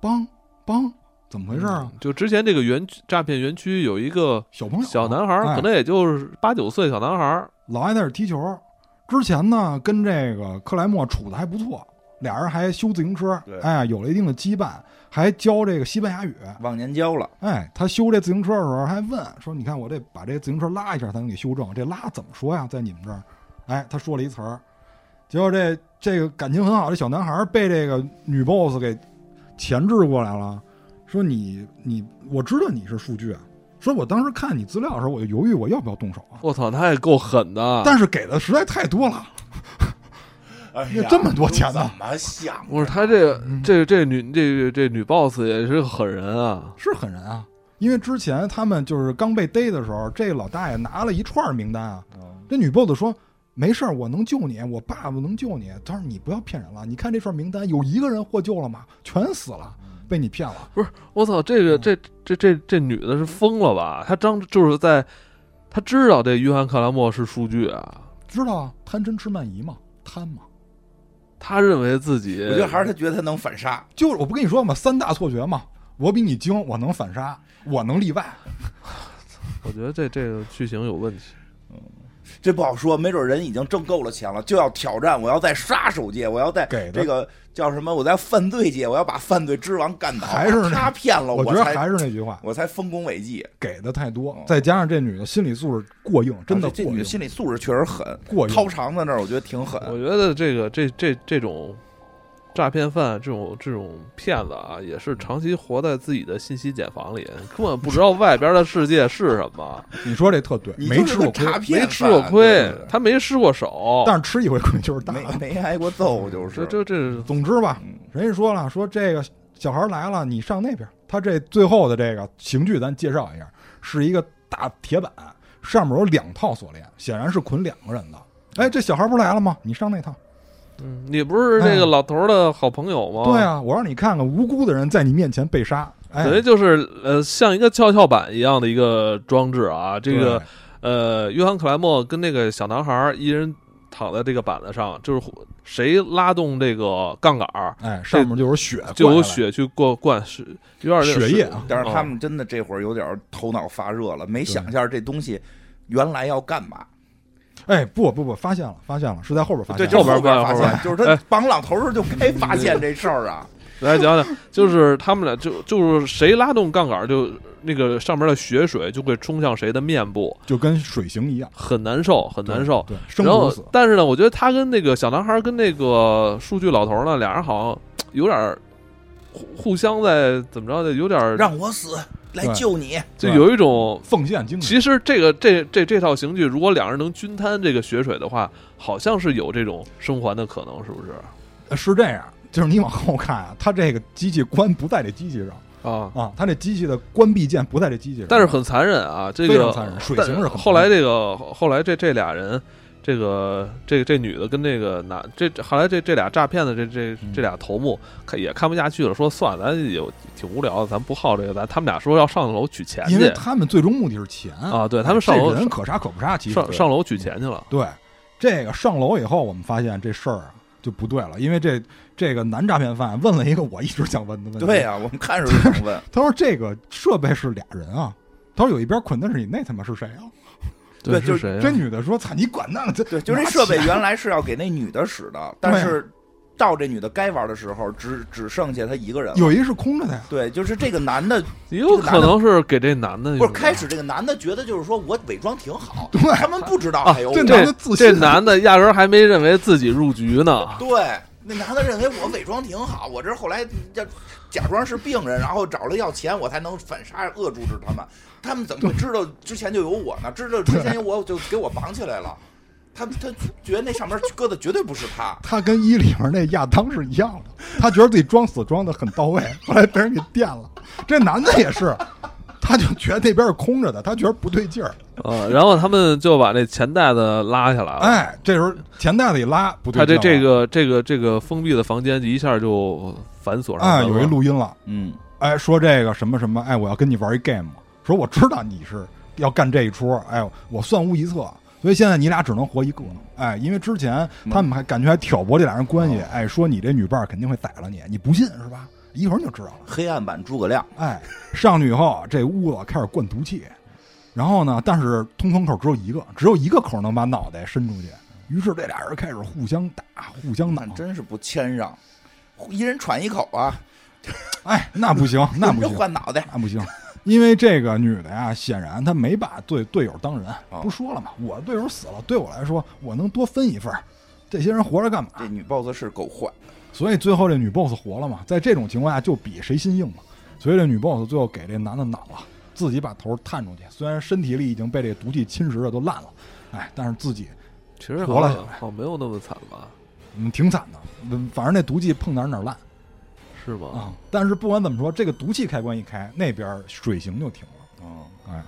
C: 梆梆，怎么回事啊？
A: 就之前这个园区诈骗园区有一个
C: 小朋友，
A: 小男孩，
C: 哎
A: 可能也就是八九岁小男孩儿，
C: 老爱在这儿踢球。之前呢，跟这个克莱默处的还不错，俩人还修自行车
B: 对，
C: 哎，有了一定的羁绊，还教这个西班牙语。
B: 忘年交了，
C: 哎，他修这自行车的时候还问说：“你看我这把这自行车拉一下才能给修正，这拉怎么说呀？在你们这儿？”哎，他说了一词儿，结果这这个感情很好，这小男孩被这个女 boss 给钳制过来了，说你你我知道你是数据啊，说我当时看你资料的时候我就犹豫我要不要动手啊，
A: 我操，他也够狠的。
C: 但是给的实在太多了，
B: 哎
C: 呀这么多钱呢
B: 怎么想？
A: 不是他这个
C: 嗯
A: 这这女这这这女 boss 也是个狠人啊，
C: 是狠人啊。因为之前他们就是刚被逮的时候，这老大爷拿了一串名单啊，这女 boss 说：“没事儿，我能救你，我爸爸能救你。”他说：“你不要骗人了，你看这份名单，有一个人获救了吗？全死了，
B: 嗯
C: 被你骗了。
A: 我操，这
C: 嗯
A: 个这这这这女的是疯了吧？她张就是在，她知道这约翰克拉默是数据啊，
C: 知道啊，贪嗔痴慢疑嘛，贪嘛，
A: 她认为自己，
B: 我觉得还是他觉得他能反杀，
C: 就是我不跟你说嘛，三大错觉嘛，我比你精，我能反杀，我能例外。
A: 我觉得这这个剧情有问题。
B: 这不好说，没准人已经挣够了钱了，就要挑战，我要在杀手界，我要在
C: 给的
B: 这个叫什么？我在犯罪界，我要把犯罪之王干倒。
C: 还是那
B: 他骗了
C: 我
B: 我
C: 觉得
B: 才
C: 还是那句话，
B: 我才丰功伟绩。
C: 给的太多，再加上这女的心理素质过硬，真的
B: 啊这
C: 过
B: 女
C: 硬
B: 的。心理素质确实狠，
C: 过硬
B: 掏肠子那儿我觉得挺狠。
A: 我觉得这个这这这种诈骗犯这种这种骗子啊，也是长期活在自己的信息茧房 里，根本不知道外边的世界是什么，
C: 你说这特对，
B: 你
C: 没
B: 就是
C: 吃
B: 个
C: 过亏，
B: 诈骗
A: 没
B: 犯，
A: 吃过亏
B: 对对，
A: 他没失过手，
C: 但是吃一回亏就是
B: 对
C: 大的。
B: 没没挨过揍就是。
A: 这这这
C: 总之吧
B: 嗯，
C: 人家说了，说这个小孩来了，你上那边。他这最后的这个刑具，咱介绍一下，是一个大铁板，上面有两套锁链，显然是捆两个人的。哎，这小孩不是来了吗？你上那套。
A: 嗯，你不是那
C: 哎
A: 个老头儿的好朋友
B: 哎
A: 吗？
C: 对，啊，我让你看看无辜的人在你面前被杀。哎，
A: 等于就是呃，像一个跷跷板一样的一个装置啊。这个
C: 对
A: 呃，约翰克莱默跟那个小男孩儿一人躺在这个板子上，就是互谁拉动这个杠杆儿，
C: 哎，上面就有血，
A: 就有，血去过灌，是有点
C: 血液啊。
A: 嗯
B: 但是他们真的这会儿有点头脑发热了，没想一下这东西原来要干嘛。
C: 哎，不不不，发现了，发现了，是在后边发
B: 对，
C: 现了。
B: 就
A: 后边
B: 后边
A: 发
B: 发
A: 现
B: 现，就是
A: 哎
B: 他绑朗头时候就该发现这事儿啊。
A: 哦来讲讲，就是他们俩就就是谁拉动杠杆儿，就那个上面的血水就会冲向谁的面部，
C: 就跟水刑一样，
A: 很难受，很难受。
C: 对，生
A: 然
C: 不如
A: 后
C: 死，。
A: 但是呢，我觉得他跟那个小男孩儿跟那个数据老头儿呢，俩人好像有点儿互互相在怎么着的，有点儿
B: 让我死来
C: 对
B: 救你，
A: 就有一种。
C: 奉献精神，
A: 其实这个这这这套刑具，如果两人能均摊这个血水的话，好像是有这种生还的可能，是不是？
C: 呃是这样。就是你往后看啊，他这个机器关不在这机器上，
A: 啊，
C: 啊，它这机器的关闭键不在这机器上，
A: 但是很残忍啊，这
C: 非
A: 个
C: 常残忍水
A: 但
C: 刑是很残
A: 后来这个后来这这俩人，这个这这女的跟那个男这这后来这这俩诈骗的这这
C: 嗯
A: 这俩头目看也看不下去了，说算了，咱也挺无聊的，咱不耗这个，咱他们俩说要上楼取钱
C: 因为
A: 去
C: 他们最终目的是钱
A: 啊，对他们上
C: 这
A: 楼
C: 人可杀可不杀，其实
A: 上上楼取钱去了，
C: 对这个上楼以后，我们发现这事儿啊就不对了，因为这这个男诈骗犯问了一个我一直想问的问题，
B: 对呀、啊我们看着就想问，
C: 他说这个设备是俩人啊，他说有一边捆的是你，那他妈是谁啊？
B: 对
A: 是
B: 就
A: 谁、
C: 这
A: 啊？
C: 女的说：“操，你管那个？这
B: 对，就这设备原来是要给那女的使的，但是到这女的该玩的时候，只只剩下她一个人了。
C: 有一个是空着的呀，
B: 对，就是这个男的，
A: 也有可能是给这男的
B: 不
A: 用
B: 是
A: 的啊
B: 开始这个男的觉得就是说我伪装挺好，
C: 对
B: 他们不知道哎还有我
C: 这男
A: 这
C: 的自信
A: 这男的压根儿还没认为自己入局呢。
B: 对，那男的认为我伪装挺好，我这后来要假装是病人，然后找了要钱，我才能反杀恶阻止他们。他们怎么会知道之前就有我呢？知道之前有我就给我绑起来了。他他觉得那上面搁的绝对不是他，
C: 他跟一里面那亚当是一样的，他觉得自己装死装的很到位， 后来被人给电了。这男的也是，他就觉得那边是空着的，他觉得不对劲儿。
A: 呃，然后他们就把那钱袋子拉下来了。
C: 哎，这时候钱袋子一拉，不
A: 啊他
C: 对劲啊
A: 这
C: 儿
A: 这个
C: 了
A: 这个这个封闭的房间一下就反锁上
C: 啊，
A: 门了
C: 有一录音了。
B: 嗯，
C: 哎，说这个什么什么，哎，我要跟你玩一 game，说我知道你是要干这一出，哎，我算无一策，所以现在你俩只能活一个，哎，因为之前他们还
A: 嗯
C: 感觉还挑拨这俩人关系，哎，说你这女伴儿肯定会宰了你，你不信是吧？一会儿你就知道了。
B: 黑暗版诸葛亮，
C: 哎，上去以后，啊这屋子开始灌毒气，然后呢，但是通风口只有一个，只有一个口能把脑袋伸出去，于是这俩人开始互相打，互相打
B: 那，真是不谦让，一人喘一口啊，
C: 哎，那不行，那不 行，
B: 换脑袋，
C: 那不行，因为这个女的呀，显然她没把队队友当人
B: 哦，
C: 不说了嘛，我队友死了，对我来说，我能多分一份儿，这些人活着干嘛？
B: 这女 boss 是够坏，
C: 所以最后这女 boss 活了嘛，在这种情况下就比谁心硬嘛，所以这女 boss 最后给这男的脑啊，自己把头探出去，虽然身体里已经被这毒气侵蚀的都烂了，哎，但是自己
A: 其实
C: 活
A: 好
C: 了
A: 像好像没有那么惨吧？
C: 嗯挺惨的，嗯反正那毒气碰哪儿哪儿烂
A: 是吗？
C: 啊、但是不管怎么说，这个毒气开关一开，那边水行就停了，
B: 嗯，
C: 哎，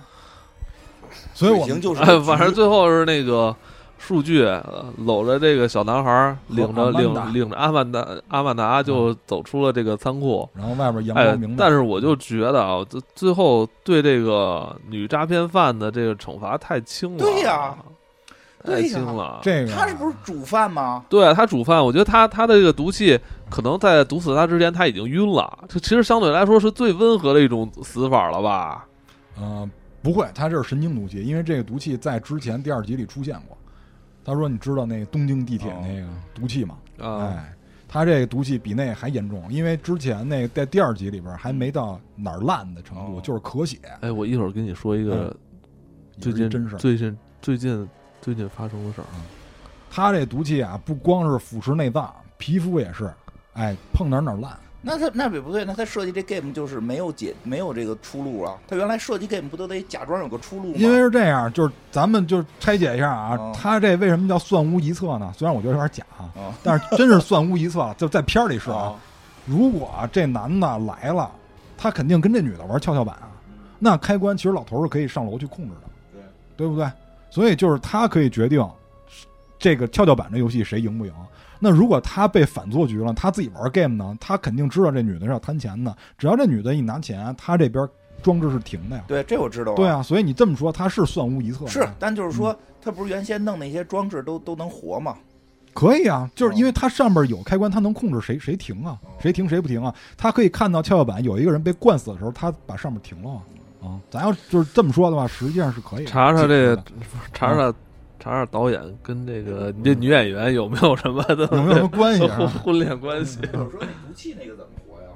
C: 所以我
B: 水行
C: 们
B: 就是
A: 哎，反正最后是那个数据呃搂着这个小男孩儿，
C: 和
A: 领着
C: 阿曼
A: 领
C: 达
A: 领着阿曼达阿曼达就走出了这个仓库。
C: 然后外边阳
A: 哎
C: 光明，媚，嗯
A: 但是我就觉得啊，最最后对这个女诈骗犯的这个惩罚太轻了，啊
B: 对呀
A: 太轻了。啊
C: 这个
B: 他是不是主犯吗？
A: 对啊他煮饭，我觉得他他的这个毒气可能在毒死他之前他已经晕了，这其实相对来说是最温和的一种死法了吧？
C: 呃，不会，他这是神经毒气，因为这个毒气在之前第二集里出现过。他说：“你知道那东京地铁
B: 哦
C: 那个毒气吗？
A: 啊，
C: 哎，他这个毒气比那还严重，因为之前那在第二集里边还没到哪儿烂的程度，
B: 哦
C: 就是咳血，
A: 哎，我一会儿跟你说一个
C: 也
A: 最
C: 是
A: 近
C: 嗯一真事儿。
A: 最近最近最近发生的事儿。
C: 他这毒气啊，不光是腐蚀内脏，皮肤也是，哎，碰哪儿哪儿烂。
B: 那他那也不对，那他设计这 game 就是没有解没有这个出路啊。他原来设计 game 不都得假装有个出路吗？
C: 因为是这样，就是咱们就拆解一下啊，
B: 哦
C: 他这为什么叫算无一策呢？虽然我觉得有点假啊，
B: 哦
C: 但是真是算无一策了，就在片儿里是啊
B: 啊。，
C: 如果啊这男的来了，他肯定跟这女的玩跷跷板啊，那开关其实老头儿是可以上楼去控制的，
B: 对
C: 对不对？所以就是他可以决定这个跷跷板这游戏谁赢不赢。那如果他被反做局了，他自己玩 game 呢，他肯定知道这女的是要贪钱的。只要这女的一拿钱，他这边装置是停的呀。
B: 对，这我知道、
C: 对，啊，嗯所以你这么说，他是算无一策的。
B: 是，但就是说，他不是原先弄那些装置都都能活 吗？
C: 可以
B: 哦
C: 啊，就是因为它上面有开关，它能控制谁谁停啊，谁停谁不停啊。它可以看到跷跷板有一个人被灌死的时候，它把上面停了啊。啊，咱要就是这么说的话，实际上是可以的
A: 查查这个
C: 解
A: 查
C: 啊
A: 查查查导演跟这个你这女演员有没有什么的
C: 决嗯的有没有什么关 系、
A: 婚
C: 啊？
A: 婚恋关系？
B: 我说那毒气那个怎么活呀？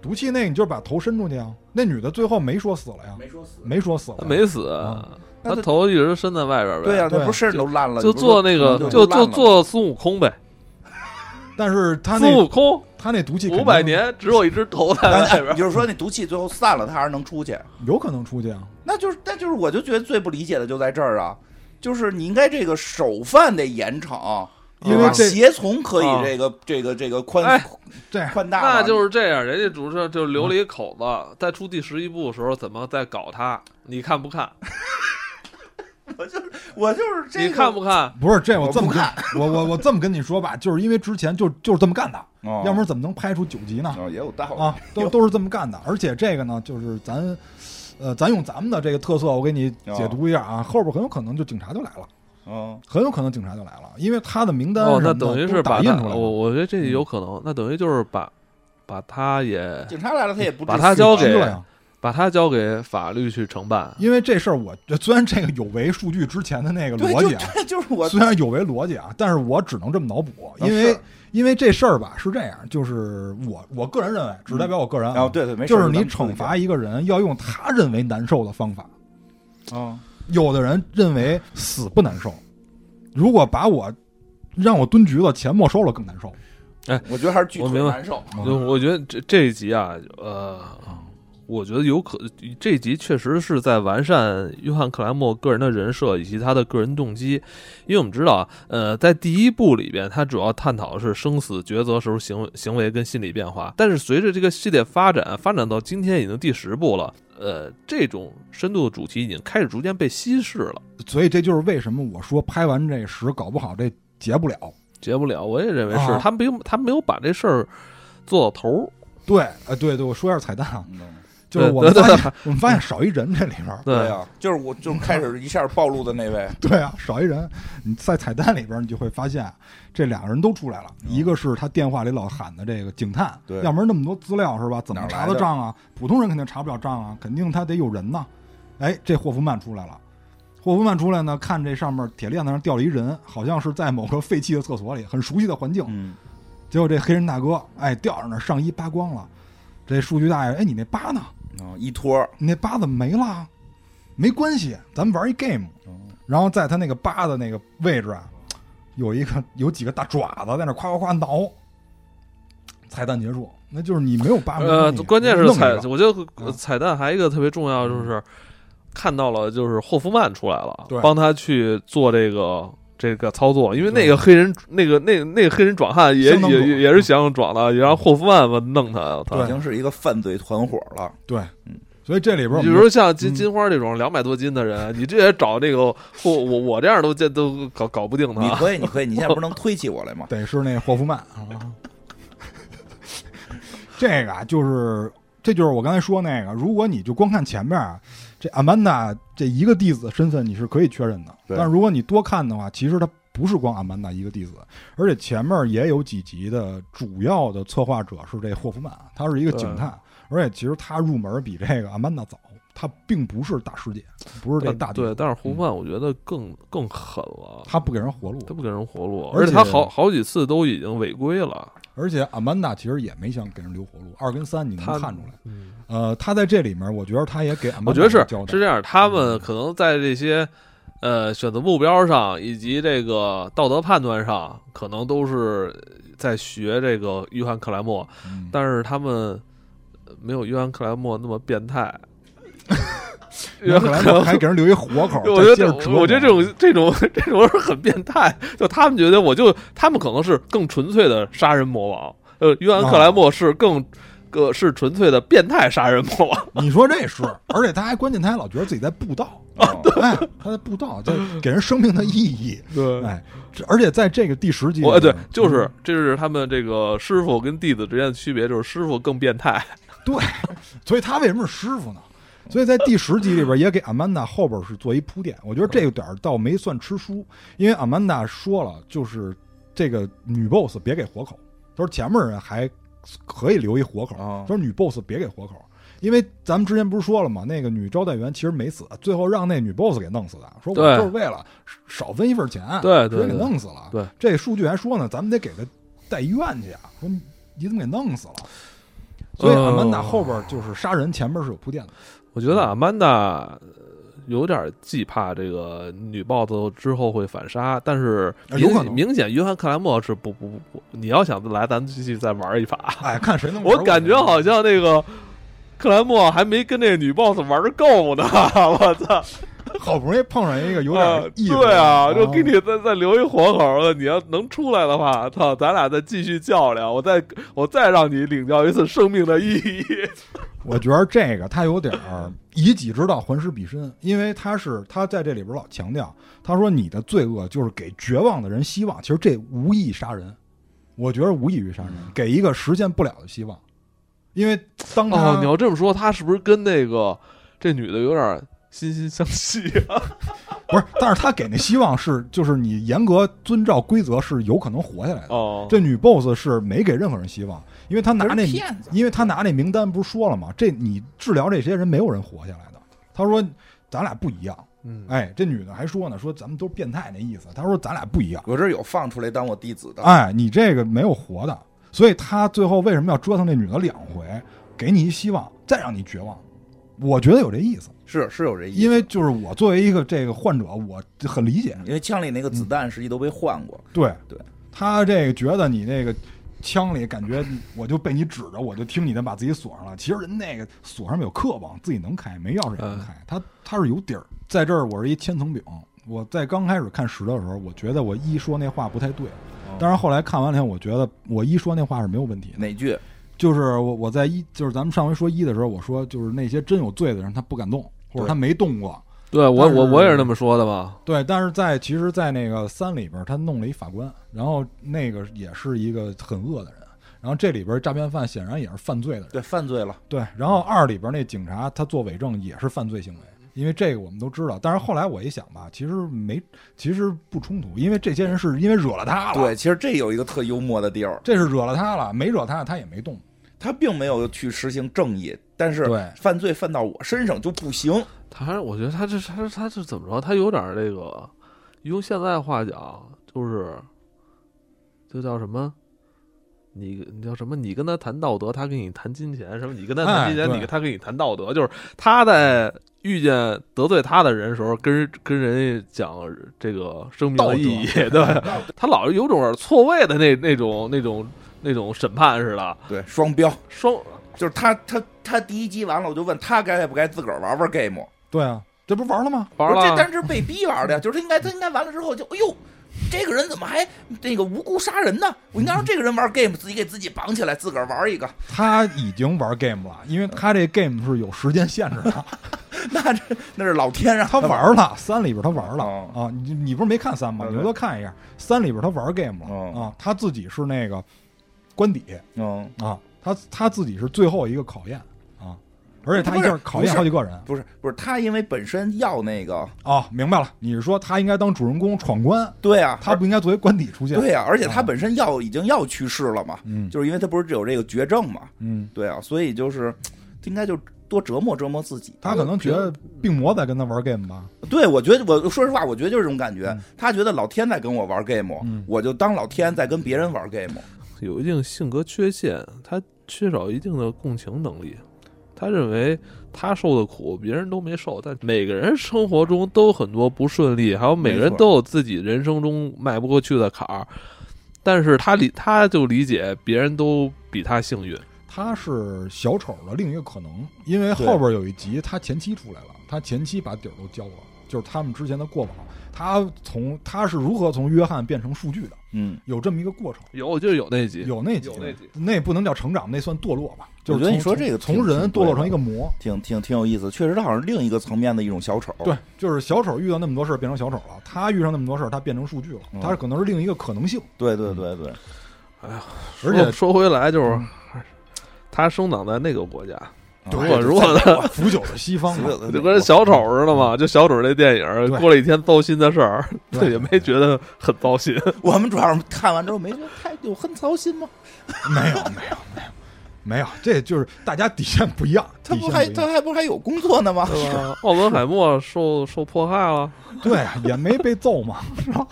C: 毒气那个你就是把头伸出去啊。那女的最后没说死了呀，
B: 说死
C: 没说死了
A: 他，没死，啊
B: 那
A: 他
B: 他
A: 头一直伸在外边儿呗。
B: 对呀、
C: 嗯
B: 啊
C: 对啊
B: 那不是身都烂了，
A: 就
B: 你不是
A: 做
B: 说
A: 那个
B: 可能
A: 就
B: 就
A: 就
B: 烂了
A: 做孙悟空呗，
C: 但是他
A: 孙悟
C: 那
A: 空
C: 他那毒气肯
A: 五
C: 定
A: 百年只有一只头在
B: 但
A: 外边
B: 哎
A: 儿。
B: 你就是说那毒气最后散了，他还是能出去。
C: 有可能出去啊。
B: 那就是，那就是，我就觉得最不理解的就在这儿啊，就是你应该这个首犯得严惩，
C: 因为
B: 对吧
C: 这
B: 胁从可
A: 啊
B: 以这个这个这个宽、
A: 哎
C: 这样
B: 宽大吧，
A: 那就是这样，人家主持人就
C: 嗯
A: 留了一口子，在出第十一部的时候怎么再搞他？你看不看？
B: 我就是我就是这个
A: 你看不看？
C: 不是这我这么
B: 我不
C: 跟我我我这么跟你说吧，就是因为之前就就是这么干的，
B: 哦
C: 要不然怎么能拍出九集呢？
B: 哦也有道理
C: 啊，都都是这么干的。而且这个呢，就是咱，呃，咱用咱们的这个特色，我给你解读一下啊，后边很有可能就警察就来了，
B: 嗯，
C: 很有可能警察就来了，因为他的名单
A: 哦，
C: 什
A: 那
C: 么的嗯
A: 等于
C: 都
A: 是把
C: 打印
A: 他，
C: 出
A: 我
C: 来了。
A: 我觉得这有可能，那等于就是把把他也
B: 警察来了他也不
A: 把
B: 治
A: 他
B: 死
A: 交
C: 是
A: 给
C: 这样，
A: 把它交给法律去承办。
C: 因为这事儿我 虽然这个有违数据之前的那个
B: 对，
C: 逻
B: 就
C: 辑啊，
B: 这就是 我
C: 虽然有违逻辑啊，但是我只能这么脑补，因为、
B: 是
C: 因为这事儿吧是这样，就是我我个人认为，只代表我个人啊，
B: 啊，对对，没事
C: 就
B: 儿，
C: 是你
B: 咱们
C: 惩罚一个人要用他认为难受的方法。
B: 啊，
C: 有的人认为死不难受，如果把我让我蹲局子，钱没收了更难受。
B: 我觉得还是具
A: 我
B: 体
A: 明白
B: 难受。
A: 就我觉得这这一集啊，呃，我觉得有可这一集确实是在完善约翰克莱默个人的人设以及他的个人动机，因为我们知道啊，呃，在第一部里边，他主要探讨的是生死抉择时候行为行为跟心理变化，但是随着这个系列发展，发展到今天已经第十部了，呃，这种深度的主题已经开始逐渐被稀释了。
C: 所以这就是为什么我说拍完这十，搞不好这结不了。
A: 结不了，我也认为是，
C: 啊
A: 他没有他没有把这事儿做到头儿。
C: 对，呃，对对，我说一下彩蛋啊，
B: 嗯
C: 就是
A: 对
C: 我们
A: 对
C: 发
A: 对
C: 现我们发现少一人这里边儿，
A: 对
B: 对啊，就是我就开始一下暴露的那位，
C: 对啊，少一人，你在彩蛋里边儿你就会发现这两个人都出来了，一个是他电话里老喊的这个警探，
B: 嗯对
C: 要不然那么多资料是吧？怎么
B: 哪儿
C: 查
B: 来的
C: 得账啊？普通人肯定查不了账啊，肯定他得有人呐。哎，这霍夫曼出来了。霍夫曼出来呢，看这上面铁链子上吊了一人，好像是在某个废弃的厕所里，很熟悉的环境。
B: 嗯，
C: 结果这黑人大哥，哎，吊着呢，上衣扒光了。这数据大爷，哎，你那疤呢？
B: 啊，一托儿，
C: 你那疤怎么没了？没关系，咱们玩一 game。然后在他那个疤的那个位置啊，有一个有几个大爪子在那夸夸夸挠。彩蛋结束，那就是你没有疤，没
A: 呃
C: 关系，
A: 关键是
C: 弄一
A: 彩，
C: 个
A: 我觉得呃
C: 嗯
A: 彩蛋还有一个特别重要就是看到了就是霍夫曼出来了
C: 对，
A: 帮他去做这个。这个操作，因为那个黑人，那个那个那个黑人壮汉也
C: 相当
A: 也
C: 壮
A: 也也是想壮的，也让霍夫曼嘛弄他，我操
C: 对
B: 已经是一个犯罪团伙了。
A: 啊
C: 对
B: 嗯，
C: 所以这里边我
A: 比
C: 们
A: 如说像金
C: 嗯
A: 金花这种两百多斤的人，你这也找这个霍我我这样都见都搞搞不定
B: 你
A: 他。
B: 可以，你可以，你现在不是能推起我来吗？
C: 得是那霍夫曼啊。 这个啊，就是这就是我刚才说那个，如果你就光看前面啊，这阿曼达这一个弟子身份你是可以确认的，
B: 对
C: 但如果你多看的话，其实他不是光阿曼达一个弟子，而且前面也有几集的主要的策划者是这霍夫曼，他是一个警探，而且其实他入门比这个阿曼达早，他并不是大师姐，不是这大弟嗯
A: 对，
C: 子，
A: 但是霍夫曼我觉得更更狠了，
C: 他不给人活路，
A: 他不给人活路，
C: 而
A: 而
C: 且
A: 且他好好几次都已经违规了。
C: 而且阿曼达其实也没想给人留活路，二跟三你能
A: 他
C: 看出来。呃，他在这里面，我觉得他也给阿曼
A: 嗯
C: 达
A: 我觉得是
C: 一个交代嗯
A: 是这样，他们可能在这些呃选择目标上以及这个道德判断上，可能都是在学这个约翰克莱默，
C: 嗯
A: 但是他们呃没有约翰克莱默那么变 态。
C: 然后后来
A: 默，
C: 我还给人留一活口
A: 我觉
C: 再接
A: 得这
C: 着折
A: 种，
C: 磨
A: 我觉得这种这种这种人很变态。就他们觉得，我就他们可能是更纯粹的杀人魔王，呃，约翰
C: 啊
A: 克莱默是更，呃，是纯粹的变态杀人魔王。
C: 你说这是，而且他还关键他还老觉得自己在 布道，
B: 啊，
C: 哎，他在布道，在给人生命的意义，
A: 对
C: 哎，这而且在这个第十集里面，
A: 我呃对，就是这是他们这个师傅跟弟子之间的区别，就是师傅更变态。
C: 对，所以他为什么是师傅呢？所以在第十集里边也给阿曼达后边是做一铺垫，我觉得这个点儿倒没算吃书，因为阿曼达说了，就是这个女 boss 别给活口，他说前面人还可以留一活口，
B: 哦
C: 他说女 boss 别给活口，因为咱们之前不是说了吗？那个女招待员其实没死，最后让那女 boss 给弄死的，说
A: 对
C: 我就是为了少分一份钱，
A: 对
C: 直
A: 对
C: 接给
A: 对
C: 弄死了。
A: 对，
C: 这数据还说呢，咱们得给他带医院去啊，说你你怎么给弄死了？所以阿曼达
A: 哦
C: 后边就是杀人，前面是有铺垫的。
A: 我觉得阿曼达有点忌怕这个女 boss 之后会反杀，但是
C: 啊
A: 明
C: 有可能
A: 明显约翰克莱默是不不不不，你要想来，咱们继续再玩一把。
C: 哎，看谁能玩
A: 我
C: 过
A: 感觉好像那个克莱默还没跟那个女 boss 玩够呢， 我操！
C: 好不容易碰上一个有
A: 啊
C: 点意思的、嗯
A: 对啊，就给
C: 给
A: 你再再留一活口了。你要能出来的话，操，咱俩再继续较量，我再我再让你领教一次生命的意义。
C: 我觉得这个他有点儿以己之道还施彼身，因为他是他在这里边老强调，他说你的罪恶就是给绝望的人希望，其实这无异于杀人，我觉得无异于杀人，给一个实现不了的希望，因为当他、
A: 哦，你要这么说，他是不是跟那个这女的有点心心相惜啊？
C: 不是，但是他给那希望是，就是你严格遵照规则是有可能活下来的。
A: 哦，
C: 这女 boss 是没给任何人希望，因为他拿
B: 他
C: 那
B: 是骗子
C: 因为他拿那名单不是说了吗？这你治疗这些人，没有人活下来的。他说咱俩不一样。
A: 嗯，
C: 哎，这女的还说呢，说咱们都是变态那意思。他说咱俩不一样。
B: 我这有放出来当我弟子的，
C: 哎，你这个没有活的，所以他最后为什么要折腾这女的两回，给你一希望，再让你绝望？我觉得有这意思，
B: 是是有这意思。
C: 因为就是我作为一个这个患者，我很理解。
B: 因为枪里那个子弹实际都被换过，
C: 对
B: 对，
C: 他这个觉得你那个枪里感觉我就被你指着，我就听你的，把自己锁上了。其实人那个锁上面有刻帮，自己能开，没钥匙也
B: 嗯
C: 能开。他他是有底儿，在这儿我是一千层饼。我在刚开始看十的时候，我觉得我一说那话不太对，
B: 哦
C: 但是后来看完了以后，我觉得我一说那话是没有问题的。
B: 哪句？
C: 就是我我在一就是咱们上回说一的时候，我说就是那些真有罪的人，他不敢动，或者
B: 对
C: 他没动过。
A: 对我
C: 但是
A: 我我也是那么说的嘛。
C: 对，但是在其实，在那个三里边儿，他弄了一法官，然后那个也是一个很恶的人，然后这里边儿诈骗犯显然也是犯罪的人，
B: 对，犯罪了，
C: 对，然后二里边儿那警察他做伪证也是犯罪行为，因为这个我们都知道。但是后来我一想吧，其实没，其实不冲突，因为这些人是因为惹了他了，，
B: 对，其实这有一个特幽默的地儿，
C: 这是惹了他了，没惹他他也没动，
B: 他并没有去实行正义，但是
C: 对
B: 犯罪犯到我身上就不行，
A: 他我觉得他这他他是怎么着？他有点儿这个，用现在话讲就是，就叫什么？你你叫什么？你跟他谈道德，他跟你谈金钱；什么？你跟他谈
C: 哎
A: 金钱，
C: 对
A: 你跟他跟你谈道德，就是他在遇见得罪他的人的时候，跟跟人家讲这个生命
C: 道德
A: 的意义，对 他老是有种错位的那那种那种那种审判似的，
B: 对，双标，
A: 双
B: 就是他他他第一集完了，我就问他该不该自个儿玩玩 game，
C: 对啊，这不玩了吗？
A: 玩
B: 不是这
A: 了
B: 单是被逼玩的呀，就是他应该他应该完了之后就哎呦。这个人怎么还那个无辜杀人呢？我应该让这个人玩 game，自己给自己绑起来，自个儿玩一个。
C: 他已经玩 game 了，因为他这 game 是有时间限制的。
B: 那这那是老天让
C: 他玩儿了，三里边他玩儿了
B: 哦
C: 啊！你你不是没看三吗？
B: 对
C: 你
B: 对
C: 回头看一下，三里边他玩儿 game 了
B: 哦
C: 啊！他自己是那个官邸
B: 嗯，
C: 啊，他他自己是最后一个考验啊，而且他一下
B: 不是
C: 考验好几个人
B: 不是不是，他因为本身要那个，
C: 啊！明白了，你是说他应该当主人公闯关，
B: 对啊，
C: 他不应该作为官邸出现？
B: 对啊，而且他
C: 啊
B: 本身要已经要去世了嘛，
C: 嗯
B: 就是因为他不是有这个绝症嘛，
C: 嗯，
B: 对啊，所以就是应该就多折磨折磨自己。
C: 他可能觉得病魔在跟他玩儿 game 吧？
B: 对我觉得我说实话，我觉得就是这种感觉，
C: 嗯
B: 他觉得老天在跟我玩 game，、
C: 嗯
B: 我就当老天在跟别人玩 game。
A: 有一定性格缺陷，他缺少一定的共情能力。他认为他受的苦别人都没受，但每个人生活中都很多不顺利，还有每个
B: 没
A: 人
B: 错
A: 都有自己人生中迈不过去的坎儿。但是他理他就理解别人都比他幸运，
C: 他是小丑的另一个可能，因为
B: 对
C: 后边有一集他前妻出来了，他前妻把底儿都交了，就是他们之前的过往，他从他是如何从约翰变成数据的，
B: 嗯，
C: 有这么一个过程，
A: 有我记得有那集，
C: 有那集，
A: 有那集
C: 那也不能叫成长，那算堕落吧？就
B: 我
C: 是
B: 觉得
C: 从
B: 你说这个挺
C: 从人
B: 挺对
C: 堕
B: 的
C: 落成一个魔，
B: 挺挺挺有意思，确实他好像另一个层面的一种小丑。
C: 对，就是小丑遇到那么多事儿变成小丑了，他遇上那么多事儿他变成数据了，
B: 嗯
C: 他可能是另一个可能性，
B: 对对对
C: 嗯
B: 对，
C: 而
A: 说
C: 且嗯
A: 说回来就是，他生长在那个国家，
C: 对
B: 啊
A: 我如果他
C: 腐朽 的西方嘛，啊
A: 就跟小丑似的嘛，就小丑这电影
C: 呃对
A: 过了一天糟心的事儿，
C: 对
A: 他也没觉得很糟心。
B: 我们主要是看完之后没觉得太有很操心吗？
C: 没有没有没有没有，这就是大家底线不一样，
B: 他
C: 底
B: 不
C: 线
B: 还
C: 一样
B: 他还不还有工作呢吗？
A: 对吧？奥本海默受受迫害了，
C: 对啊，也没被 揍嘛，是吧？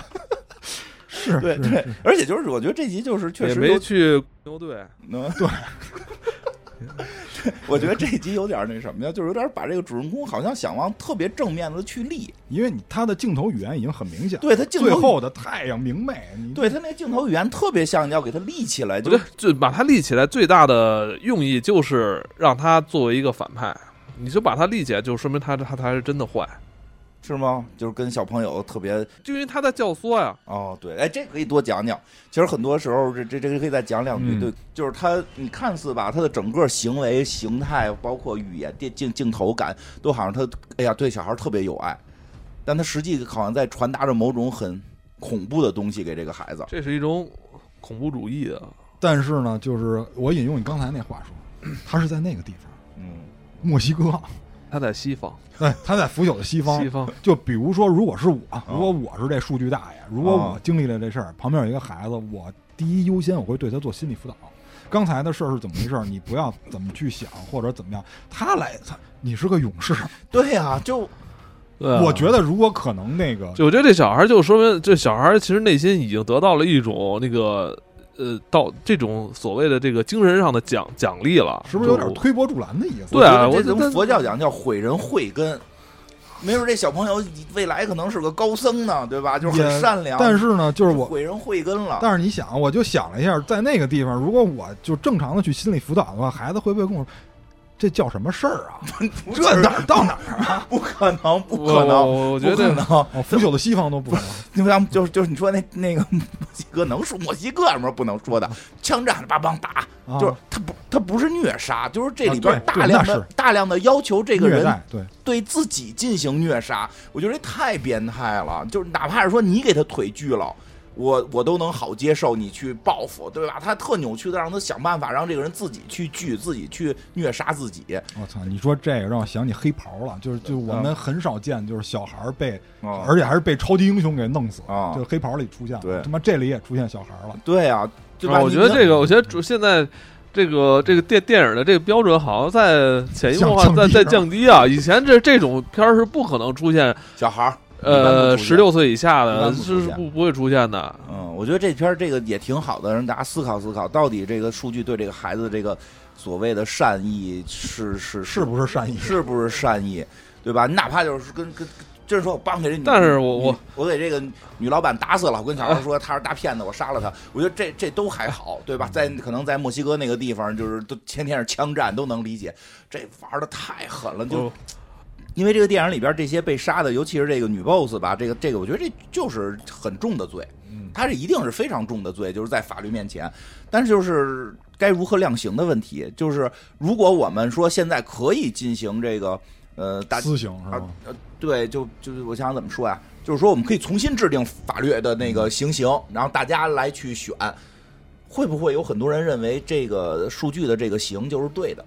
C: 是，
B: 对
C: 是
B: 对，而且就是我觉得这集就是确
A: 也
B: 实
A: 没
B: 有
A: 去牛队。
B: 嗯，
C: 对。
B: 我觉得这一集有点那什么呀，就是有点把这个主人公好像想往特别正面的去立，
C: 因为你他的镜头语言已经很明显了，
B: 对他镜头语
C: 最后的太阳明媚，你
B: 对他那镜头语言特别像要给他立起来，
A: 我
B: 就
A: 觉得就把他立起来，最大的用意就是让他作为一个反派。你就把他立起来，就说明他他他是真的坏，
B: 是吗？就是跟小朋友特别
A: 就因为他在教唆呀。
B: 哦，对，哎，这可以多讲讲。其实很多时候，这这这个可以再讲两句。
C: 嗯
B: 对，就是他，你看似吧，他的整个行为、形态，包括语言、电镜镜头感，都好像他，哎呀，对小孩特别有爱，但他实际好像在传达着某种很恐怖的东西给这个孩子。
A: 这是一种恐怖主义的，啊
C: 但是呢，就是我引用你刚才那话 说，他是在那个地方，
B: 嗯，
C: 墨西 哥，
A: 他在西方，
C: 哎，他在腐朽的西方。
A: 西方
C: 就比如说，如果是我，如果我是这数据大爷，如果
B: 哦
C: 我经历了这事儿，旁边有一个孩子，我第一优先我会对他做心理辅导。刚才的事儿是怎么回事儿，你不要怎么去想或者怎么样。他来，他你是个勇士，
B: 对呀、就
A: 对啊
C: 我觉得如果可能，那个
A: 就我觉得这小孩儿就说明这小孩儿其实内心已经得到了一种那个呃到这种所谓的这个精神上的奖奖励了，
C: 是不是有点
A: 就
C: 推波助澜的意思？
A: 对啊
B: 我觉得
A: 我
B: 这从佛教讲叫毁人慧根。没准这小朋友未来可能是个高僧呢，对吧？就是
C: 也
B: 很善良，啊
C: 但是呢，就是我
B: 毁人慧根了。
C: 但是你想，啊我就想了一下，在那个地方，如果我就正常的去心理辅导的话，孩子会不会跟我说这叫什么事儿 啊？
B: 不
C: 这
B: 是
C: 哪儿到哪 儿啊？
B: 不可能，不
A: 我
B: 可能，
A: 我我
B: 不
A: 觉
B: 可
A: 得
B: 能。
C: 哦，腐朽的西方都不可能。
B: 你们就是就是你说那那个墨西哥能说墨西哥什么不能说的？枪战叭梆打，
C: 啊
B: 就是他不他不是虐杀，就是这里
C: 啊
B: 边
C: 对对
B: 大量
C: 那
B: 的
C: 是
B: 大量的要求这个
C: 虐
B: 人
C: 待，对，
B: 对自己进行虐杀，我觉得这太变态了。就是哪怕是说你给他腿锯了。我我都能好接受你去报复，对吧？他特扭曲的，让他想办法让这个人自己去锯，自己去虐杀自己。
C: 我操！你说这个让我想起黑袍了，就是就我们
B: 嗯
C: 很少见，就是小孩儿被，
B: 啊
C: 而且还是被超级英雄给弄死，
B: 啊
C: 就黑袍里出现了，
B: 对
C: 他妈这里也出现小孩儿了。
B: 对啊，对吧？
A: 啊我
B: 你
A: 觉得
B: 能
A: 这个，我觉得主现在这个这个电电影的这个标准好像在潜移默化
C: 降
A: 在在
C: 降低了
A: 降低啊。以前这这种片儿是不可能出现，
B: 小孩儿，一般
A: 呃，
B: 不出
A: 十
B: 现
A: 六岁以下
B: 一般
A: 的
B: 不
A: 是
B: 出现
A: 不不会出现的。
B: 嗯，我觉得这片儿这个也挺好的，让大家思考思考，到底这个数据对这个孩子的这个所谓的善意是是
C: 是不是善意
B: 是不是善意，对吧？你哪怕就是跟跟，真是说我帮给这女，
A: 但是我我哎
B: 女我给这个女老板打死了，我跟小孩说她是大骗子，我杀了她，我觉得这这都还好，对吧？在可能在墨西哥那个地方，就是都天天是枪战，都能理解，这玩的太狠了，就
A: 我
B: 因为这个电影里边这些被杀的，尤其是这个女 boss 吧，这个这个，我觉得这就是很重的罪，
C: 嗯
B: 他这一定是非常重的罪，就是在法律面前。但是就是该如何量刑的问题，就是如果我们说现在可以进行这个呃大
C: 私刑是
B: 啊
C: 吧？
B: 呃对，就就是我想想怎么说呀、就是说我们可以重新制定法律的那
C: 嗯
B: 个行刑，然后大家来去选，会不会有很多人认为这个数据的这个刑就是对的？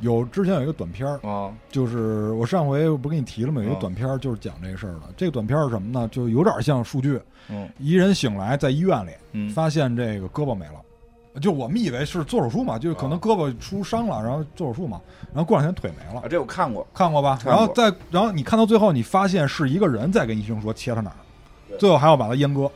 C: 有之前有一个短片儿，
B: 啊，
C: 就是我上回不跟你提了吗？有一个
B: 嗯
C: 短片儿就是讲这事儿的。这个短片儿是什么呢？就有点像数据，
B: 嗯
C: 一人醒来在医院里
B: 嗯
C: 发现这个胳膊没了，就我们以为是做手术嘛，就是可能胳膊出伤了，然后做手术嘛，然后过两天腿没了
B: 啊，，这我看过，
C: 看过吧？
B: 看
C: 然
B: 过
C: 后再然后你看到最后，你发现是一个人在跟医生说切他哪儿，
B: 对
C: 最后还要把他阉割，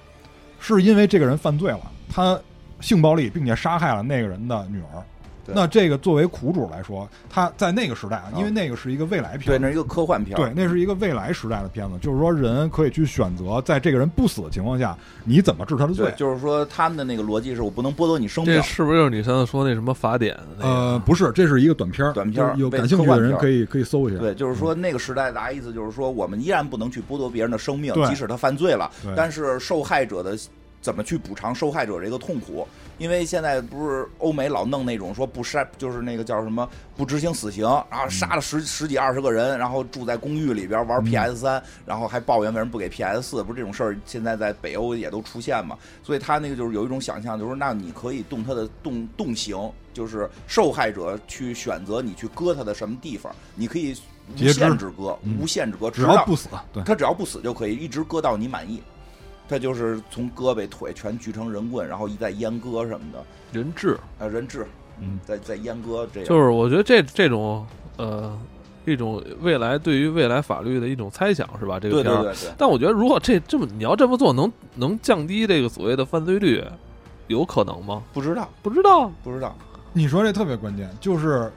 C: 是因为这个人犯罪了，他性暴力并且杀害了那个人的女儿。
B: 对嗯
C: 那这个作为苦主来说，他在那个时代啊，因为那个是一个未来片
B: 对，
C: 儿，
B: 那是一个科幻片，
C: 对，那是一个未来时代的片子，就是说人可以去选择，在这个人不死的情况下，你怎么治他的罪
B: 对，？就是说他们的那个逻辑是我不能剥夺你生命
A: 这，是不是就是你上次说那什么法典？那个
C: 呃，不是，这是一个短片儿，
B: 短片儿
C: 就是有
B: 被
C: 感兴趣
B: 科
C: 的
B: 幻
C: 人
B: 片儿
C: 可以可以搜一下。
B: 对，就是说那个时代的意思就是说我们依然不能去剥夺别人的生命
C: 对，
B: 即使他犯罪了
C: 对，
B: 但是受害者的。怎么去补偿受害者这个痛苦？因为现在不是欧美老弄那种说不杀，就是那个叫什么不执行死刑，然后杀了
C: 嗯
B: 十十几二十个人，然后住在公寓里边玩 PS 三、然后还抱怨为什么不给 PS 四，不是这种事儿现在在北欧也都出现嘛？所以他那个就是有一种想象，就是那你可以动他的动动刑，就是受害者去选择你去割他的什么地方，你可以无
C: 截肢
B: 限制割，
C: 嗯
B: 无限制割，
C: 只
B: 直
C: 要
B: 到
C: 不死，对，
B: 他只要不死就可以，一直割到你满意。他就是从胳膊、腿全锯成人棍，然后一再阉割什么的，
A: 人质，
B: 呃，人质，
C: 嗯，
B: 再再阉割这样。
A: 就是我觉得这这种呃一种未来对于未来法律的一种猜想是吧？这个
B: 对
A: 片
B: 对
A: 儿。
B: 对对，
A: 但我觉得，如果这这么你要这么做，能能降低这个所谓的犯罪率，有可能吗？
B: 不知道
A: 不知道，
B: 不知道，
C: 你说这特别关键，就是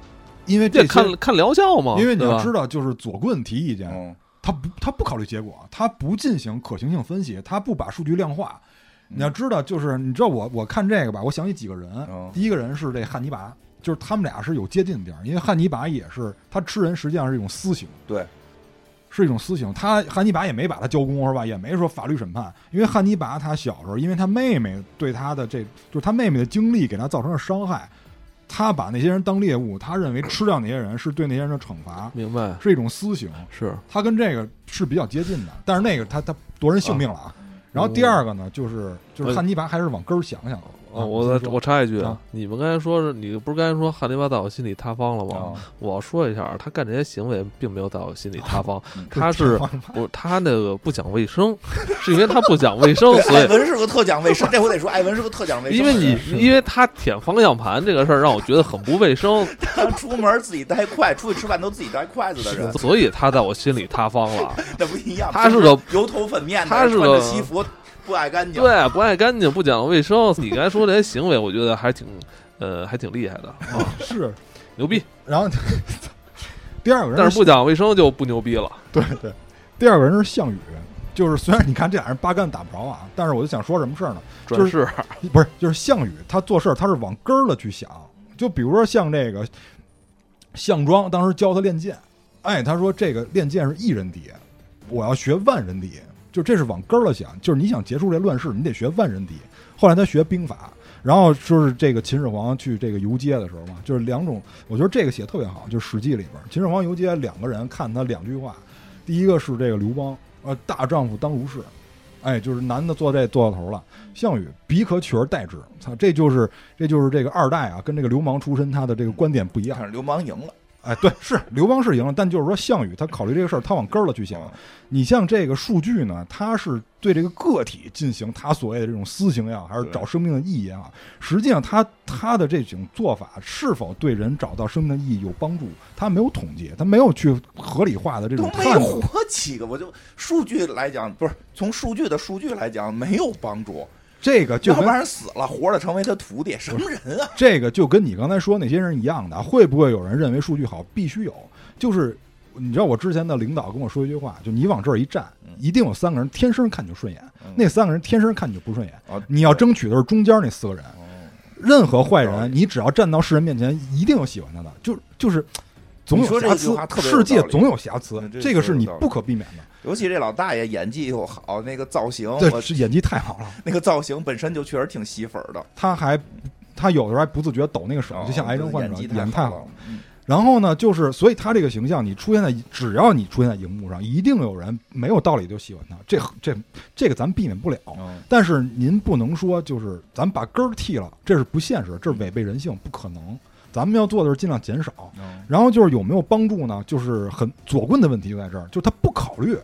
C: 因为
A: 这
C: 这些
A: 看看疗效嘛。
C: 因为你
A: 哦对
C: 要
A: 吧
C: 知道，就是左棍提意见，
B: 嗯，
C: 他不他不考虑结果，他不进行可行性分析，他不把数据量化。你要知道，就是你知道我我看这个吧，我想起几个人，
B: 嗯
C: 第一个人是这汉尼拔，就是他们俩是有接近的地儿，因为汉尼拔也是他吃人实际上是一种私刑，
B: 对，
C: 是一种私刑。他汉尼拔也没把他交公是吧？也没说法律审判，因为汉尼拔他小时候，因为他妹妹对他的这就是他妹妹的经历给他造成了伤害，他把那些人当猎物，他认为吃掉那些人是对那些人的惩罚，
A: 明白
C: 是一种私刑。
A: 是
C: 他啊
A: 啊
C: 跟这个是比较接近的，但是那个他他夺人性命了啊。然后第二个呢，就是就是汉尼拔还是往根儿想想。
A: 啊，
C: 啊
A: 嗯呃我
C: 你先
A: 再
C: 说
A: 我插一句
C: 啊，
A: 你们刚才说是你不是刚才说汉尼拔在我心里塌方了吗？
C: 啊
A: 我说一下，他干这些行为并没有在我心里塌 方
B: 嗯，
A: 他
C: 这
A: 是
C: 塌方
A: 不他那个不讲卫生， 是因为他不讲卫生，所
B: 艾
A: 以
B: 文是个特讲卫生，这我得说，艾文是个特讲卫
A: 因
B: 生的
A: 为
B: 人。
A: 你因为他舔方向盘这个事儿让我觉得很不卫 生，
B: 他 出门自己带筷，出去吃饭都自己带筷子
C: 啊
B: 的人，
A: 所以他在我心里塌方了。
C: 哎
B: 那不一样。
A: 他是
B: 平时
A: 个
B: 油头粉面的，
A: 他是
B: 穿着
A: 个
B: 西服，不爱干净。
A: 对，不爱干净，不讲卫生，你刚才说这些行为，我觉得还挺呃还挺厉害的啊，
C: 是，
A: 牛 逼。
C: 然后第二个人
A: 但是不讲卫生就不牛逼了。
C: 对对，第二个人是项羽，就是虽然你看这俩人八竿子打不着啊，但是我就想说什么事儿呢？
A: 转世、
C: 不是，就是项羽他做事儿他是往根儿了去想，就比如说像这个项庄当时教他练剑，哎，他说这个练剑是一人敌，我要学万人敌，就这是往根儿了想，就是你想结束这乱世，你得学万人敌。后来他学兵法，然后就是这个秦始皇去这个游街的时候嘛，就是两种，我觉得这个写得特别好，就是《史记》里边秦始皇游街两个人看他两句话，第一个是这个刘邦，呃，大丈夫当如是，哎，就是男的坐这坐到头了。项羽彼可取而代之，操，这就是这就是这个二代啊，跟这个流氓出身他的这个观点不一样
B: 但。是流氓赢了，
C: 哎，对，是刘邦是赢了，但就是说项羽他考虑这个事儿，他往根儿了去
B: 嗯
C: 想。你像这个数据呢，他是对这个个体进行他所谓的这种私刑也好，还是
B: 对
C: 找生命的意义也好，实际上他他的这种做法是否对人找到生命的意义有帮助，他没有统计，他没有去合理化的这
B: 都
C: 种
B: 没
C: 判断。
B: 活几个。我就数据来讲，不是从数据的数据来讲没有帮助，
C: 这个就
B: 要不
C: 跟
B: 然死了活着成为他徒弟，什么人啊？
C: 这个就跟你刚才说那些人一样的，啊会不会有人认为数据好？必须有，就是你知道我之前的领导跟我说一句话，就你往这儿一站，
B: 嗯
C: 一定有三个人天生看你就顺眼，那三个人天生看你就不顺眼
B: 啊。
C: 你要争取的是中间那四个人，
B: 哦
C: 任何坏人，你只要站到世人面前，一定有喜欢他的，就就是。总
B: 你说
C: 有
B: 这
C: 瑕
B: 句
C: 疵
B: 话，特别有
C: 世界
B: 道理
C: 总有瑕疵
B: 嗯，这
C: 这个是
B: 说得
C: 你
B: 有道理
C: 不可避免的。
B: 尤其这老大爷演技又好，那个造型，
C: 这
B: 我
C: 是演技太好了，
B: 那个造型本身就确实挺吸粉儿的。
C: 他还他有的时候还不自觉抖那个手
B: 哦，
C: 就像癌症患者
B: 演技
C: 演
B: 太
C: 得太
B: 好
C: 好
B: 了
C: 了。
B: 嗯
C: 然后呢，就是所以他这个形象，你出现在只要你出现在荧幕上，一定有人没有道理就喜欢他。这这这个咱避免不了，
B: 嗯
C: 但是您不能说就是咱把根儿剃了，这是不现实，这是违背人性，不可能。咱们要做的是尽量减少。
B: 嗯
C: 然后就是有没有帮助呢？就是很左棍的问题就在这儿，就是他不考虑，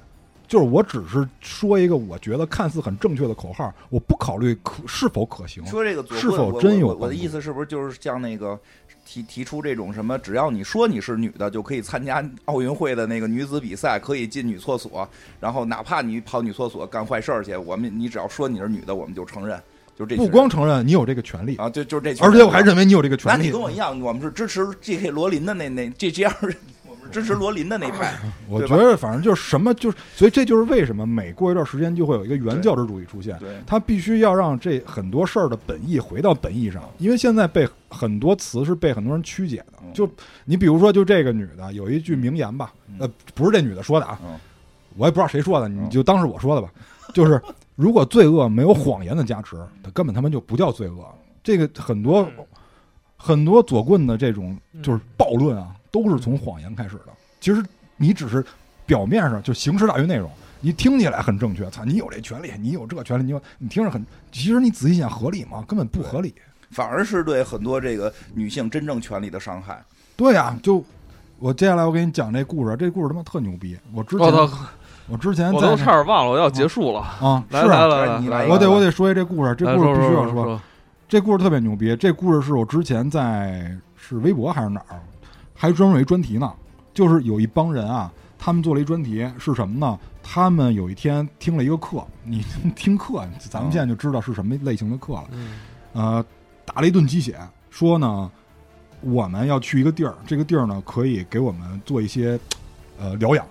C: 就是我只是说一个我觉得看似很正确的口号，我不考虑可是否可行。
B: 说这个左
C: 是
B: 棍
C: 否
B: 我
C: 真有
B: 我我我的
C: 帮助
B: 意思是不是就是像那个提提出这种什么，只要你说你是女的，就可以参加奥运会的那个女子比赛，可以进女厕所，然后哪怕你跑女厕所干坏事儿去，我们你只要说你是女的，我们就承认，就这群
C: 不
B: 人
C: 光承认你有这个权利，
B: 啊，就就这群
C: 而
B: 人，
C: 且我还认为你有这个
B: 那
C: 权利。
B: 你跟我一样，我们是支持 J.K. 罗琳的那那这这样人，我们是支持罗琳的那派，
C: 我
B: 对
C: 觉
B: 吧
C: 得反正就是什么就是，所以这就是为什么每过一段时间就会有一个原教旨主义出现，
B: 对。
C: 他必须要让这很多事儿的本意回到本意上，因为现在被很多词是被很多人曲解的
B: 嗯。
C: 就你比如说，就这个女的有一句名言吧，呃，不是这女的说的啊
B: 嗯，
C: 我也不知道谁说的，
B: 嗯
C: 你就当是我说的吧。 就是如果罪恶没有谎言的加持，它根本他们就不叫罪恶。这个很多
B: 嗯
C: 很多左棍的这种
A: 嗯
C: 就是暴论啊，都是从谎言开始的。其实你只是表面上就形式大于内容，你听起来很正确，操，你有这权利，你有这权利，你有你听着很，其实你仔细想合理吗？根本不合理。
B: 反而是对很多这个女性真正权利的伤害。
C: 对呀、就我接下来我给你讲这故事，这故事他妈特牛逼。我之前、
A: 我操，
C: 我之前
A: 哦我
C: 在
A: 都
C: 那
A: 差点忘了我要结束了。
C: 啊，
A: 来
C: 是
A: 来
C: 啊，
A: 来来，
B: 你
A: 来
B: 来
C: 我
B: 一
C: 得
B: 个
C: 我得说一这故事，这
A: 来
C: 故
A: 说
C: 事必须要
A: 说说，
C: 这故事特别牛逼，这故事是我之前在是微博还是哪儿，还专门有一专题呢，就是有一帮人啊，他们做了一专题是什么呢？他们有一天听了一个课，你听课，咱们现在就知道是什么类型的课了。
A: 嗯
C: 呃，打了一顿鸡血，说呢，我们要去一个地儿，这个地儿呢可以给我们做一些呃疗养，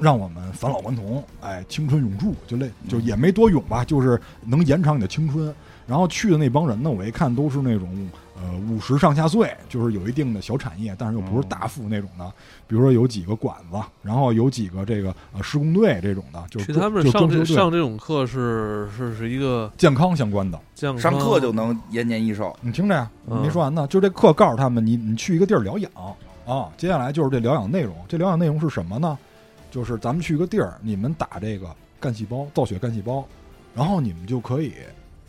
C: 让我们返老还童，哎，青春永驻，就类就也没多永吧，就是能延长你的青春。然后去的那帮人呢，我一看都是那种呃五十上下岁，就是有一定的小产业，但是又不是大富那种的。比如说有几个馆子，然后有几个这个呃施工队这种的，就是
A: 去他
C: 装
A: 们
C: 就
A: 上
C: 装
A: 这
C: 修队
A: 上这种课是是是一个
C: 健康相关的。
A: 健康
B: 上课就能延年益寿。
C: 你听着呀，
A: 嗯
C: 没说完呢。就这课告诉他们，你你去一个地儿疗养啊。接下来就是这疗养内容，这疗养内容是什么呢？就是咱们去一个地儿，你们打这个干细胞造血干细胞，然后你们就可以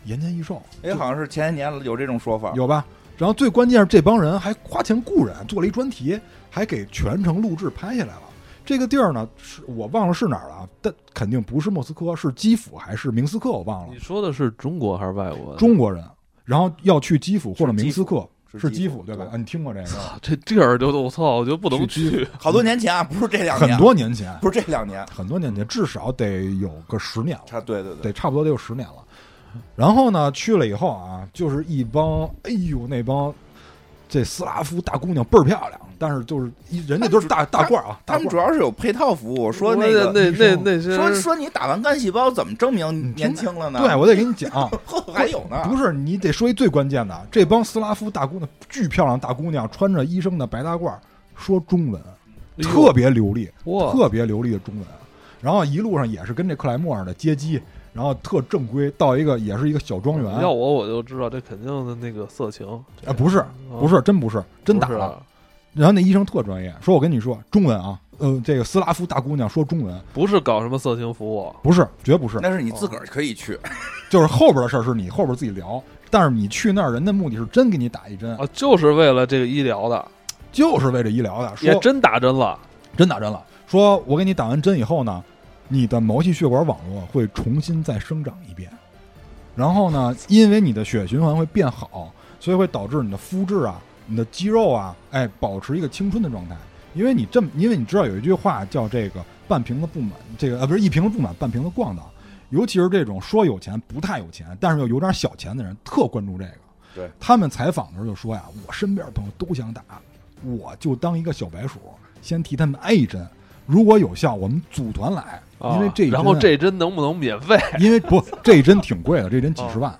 C: 延年益寿，
B: 哎，好像是前些年有这种说法，
C: 有吧？然后最关键是这帮人还花钱雇人做了一专题，还给全程录制拍下来了。这个地儿呢，是我忘了是哪儿了啊，但肯定不是莫斯科，是基辅还是明斯克，我忘了
A: 你。说的是中国还是外国？啊
C: 中国人，然后要去基辅或者
B: 是基
C: 明斯克，
B: 是
C: 是
B: 基
C: 基
B: 辅
C: 辅对吧？
B: 对
C: 啊，你听过这个？
A: 啊这地儿就我操，我觉得不能
C: 去
A: 去。
B: 好多年前啊，不是这 两年，
C: 很多年前，
B: 不是这两年，
C: 很多年前，至少得有个十年了。
B: 差对对对，
C: 得差不多得有十年了。然后呢，去了以后啊，就是一帮，哎呦，那帮这斯拉夫大姑娘倍儿漂亮，但是就是一人家都是大大褂啊，大
B: 他们主
C: 褂。
B: 要是有配套服务。我说那
A: 我
B: 个
A: 那那
C: 医生
A: 那些
B: 说说你打完干细胞怎么证明
C: 你
B: 年
C: 听
B: 轻了呢？
C: 对，我得给你讲，
B: 后头还有呢，
A: 啊
C: 不是你得说一最关键的，这帮斯拉夫大姑娘巨漂亮，大姑娘穿着医生的白大褂，说中文，
A: 哎呦
C: 特别流利，
A: 哇
C: 特别流利的中文。然后一路上也是跟这克莱默尔的接机，然后特正规，到一个也是一个小庄园。
A: 要我我就知道这肯定的那个色情，
C: 啊，不是，不是，真不是，真打
A: 嗯不是啊
C: 了。然后那医生特专业，说我跟你说中文啊，呃，这个斯拉夫大姑娘说中文，
A: 不是搞什么色情服务，
C: 不是，绝不是，
B: 那是你自个儿可以去，
C: 哦就是后边的事儿是你后边自己聊，但是你去那儿人的目的是真给你打一针，
A: 啊，就是为了这个医疗的，
C: 就是为了医疗的，说
A: 也真打针了。
C: 真打针了，说我给你打完针以后呢，你的毛细血管网络会重新再生长一遍，然后呢，因为你的血液循环会变好，所以会导致你的肤质啊、你的肌肉啊，哎，保持一个青春的状态。因为你这么，因为你知道有一句话叫这个“半瓶子不满”，这个呃不是一瓶子不满，半瓶子逛荡。尤其是这种说有钱不太有钱，但是又有点小钱的人，特关注这个。
B: 对，
C: 他们采访的时候就说呀：“我身边的朋友都想打，我就当一个小白鼠，先替他们挨一针。如果有效，我们组团来，
A: 啊
C: 因为这一针啊
A: 然后这针能不能免 费？
C: 因为不这一针挺贵的，这一针几十万，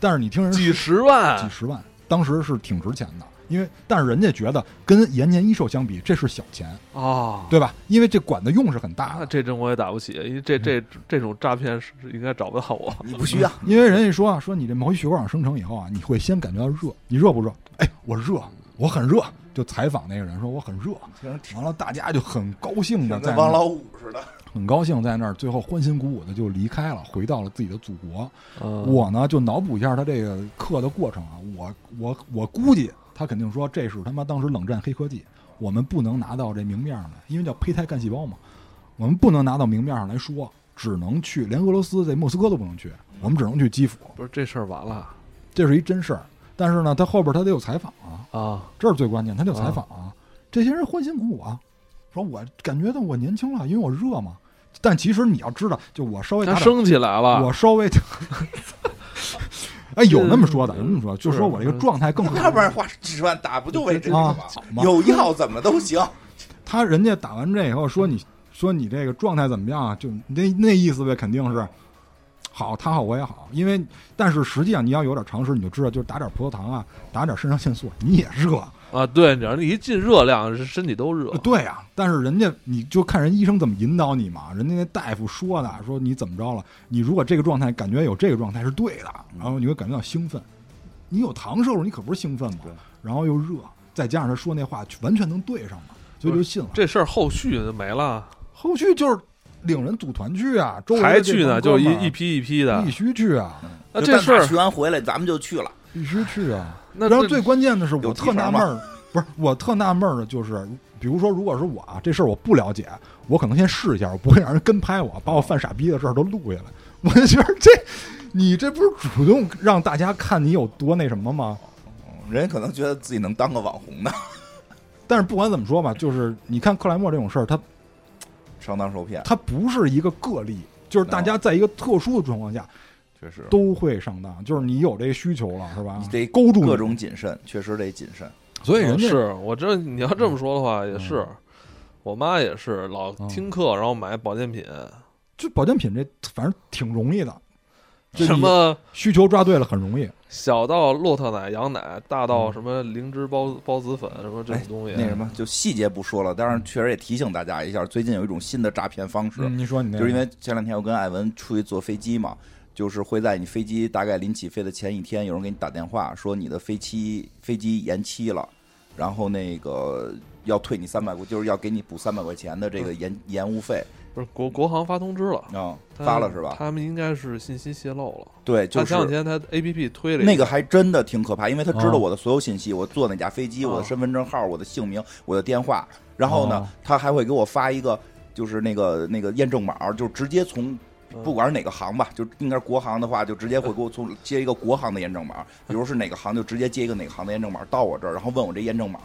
C: 但是你听人说
A: 几十万
C: 几十万，当时是挺值钱的。因为，但是人家觉得跟延年益寿相比，这是小钱，
A: 啊！
C: 对吧？因为这管的用是很大
A: 那
C: 的，
A: 啊这针我也打不起，因为这这这种诈骗是应该找不到我。
B: 你不需要。
C: 因为人家说啊，说你这毛细血管生成以后啊，你会先感觉到热，你热不热？哎，我热，我很热。就采访那个人说我很热，完了大家就很高兴的
B: 跟
C: 在那
B: 王
C: 儿
B: 老五似的，
C: 很高兴在那儿，最后欢欣鼓舞的就离开了，回到了自己的祖国。
A: 嗯
C: 我呢就脑补一下他这个课的过程啊，我我我估计他肯定说这是他妈当时冷战黑科技，我们不能拿到这明面上来，因为叫胚胎干细胞嘛，我们不能拿到明面上来说，只能去连俄罗斯在莫斯科都不能去，我们只能去基辅，
A: 不是这事儿完了
C: 这是一真事儿。但是呢，他后边他得有采访啊，
A: 啊！
C: 这是最关键，他得有采访
A: 嗯
C: 啊。这些人欢欣鼓舞啊，说我感觉到我年轻了，因为我热嘛。但其实你要知道，就我稍微打
A: 他
C: 点
A: 升起来了，
C: 我稍微，哎，有那么说的，有那么说，就说我这个状态更好。
B: 要不然花几十万打不就为这个吗
C: 嗯啊？嘛
B: 有药怎么都行，
C: 他人家打完这以后说你说你这个状态怎么样啊？就那那意思呗，肯定是好，他好我也好。因为但是实际上你要有点常识，你就知道，就是打点葡萄糖啊，打点肾上腺素，你也热。
A: 啊！对，你要一进热量，身体都热
C: 呃。对呀、但是人家你就看人医生怎么引导你嘛，人家那大夫说的，说你怎么着了，你如果这个状态感觉有这个状态是对的，
A: 嗯
C: 然后你会感觉到兴奋，你有糖摄入，你可不是兴奋嘛
B: 对，
C: 然后又热，再加上他说那话完全能对上嘛，所以就信了。
A: 这事儿后续就没了，
C: 后续就是领人组团去啊，周围的
A: 还
C: 这
A: 去呢，
C: 帮
A: 就
C: 哥
A: 是
C: 们儿
A: 一一批一批的嗯
C: 必。须去啊，
A: 那
B: 就
A: 这
B: 蛋
A: 事
B: 挞
A: 儿
B: 去完回来，咱们就去了。
C: 必须去啊。
A: 那
C: 然后
A: 这
C: 最关键的是，
B: 有
C: 我
B: 提
C: 特纳
B: 成
C: 闷
B: 吗
C: 儿，不是我特纳闷儿的就是，比如说，如果是我啊，这事儿我不了解，我可能先试一下，我不会让人跟拍我，把我犯傻逼的事儿都录下来。 我就觉得这，你这不是主动让大家看你有多那什么吗？
B: 嗯人可能觉得自己能当个网红呢，
C: 但是不管怎么说吧，就是你看克莱默这种事儿，他
B: 上当受骗，
C: 他不是一个个例，就是大
B: 啊
C: 家在一个特殊的状况下
B: 确实
C: 都会上当，就是你有这个需求了，是吧
B: 你？得
C: 啊勾住
B: 各
C: 你，
B: 种谨慎，确实得谨慎。
C: 所以人家
A: 是我这你要这么说的话也是，我妈也是老听课，然后买保健品，
C: 就保健品这反正挺容易的，就
A: 什
C: 你
A: 么
C: 需求抓对了很容易。
A: 小到骆驼奶、羊奶，大到什么灵芝孢孢子粉什么这种东西，
B: 那什么，就细节不说了，但是确实也提醒大家一下，最近有一种新的诈骗方式，
C: 嗯，你说你那
B: 就是因为前两天我跟艾文出去坐飞机嘛，就是会在你飞机大概临起飞的前一天，有人给你打电话说你的飞机飞机延期了，然后那个要退你三百，就是要给你补三百块钱的这个延延误费。
A: 不是国国航发通知了，
B: 啊，
A: 嗯他
B: 发了是吧？
A: 他们应该是信息泄露了。
B: 对，就
A: 他
B: 是
A: 前两天他 A P P 推了一
B: 那个还真的挺可怕，因为他知道
C: 哦
B: 我的所有信息，我坐哪架飞机，
A: 哦
B: 我的身份证号、我的姓名、我的电话，然后呢
C: 哦，
B: 他还会给我发一个就是那个那个验证码，就直接从。
A: 哦
B: 不管是哪个航吧，就应该是国航的话，就直接会给我从接一个国航的验证码，比如是哪个航，就直接接一个哪个航的验证码到我这儿，然后问我这验证码。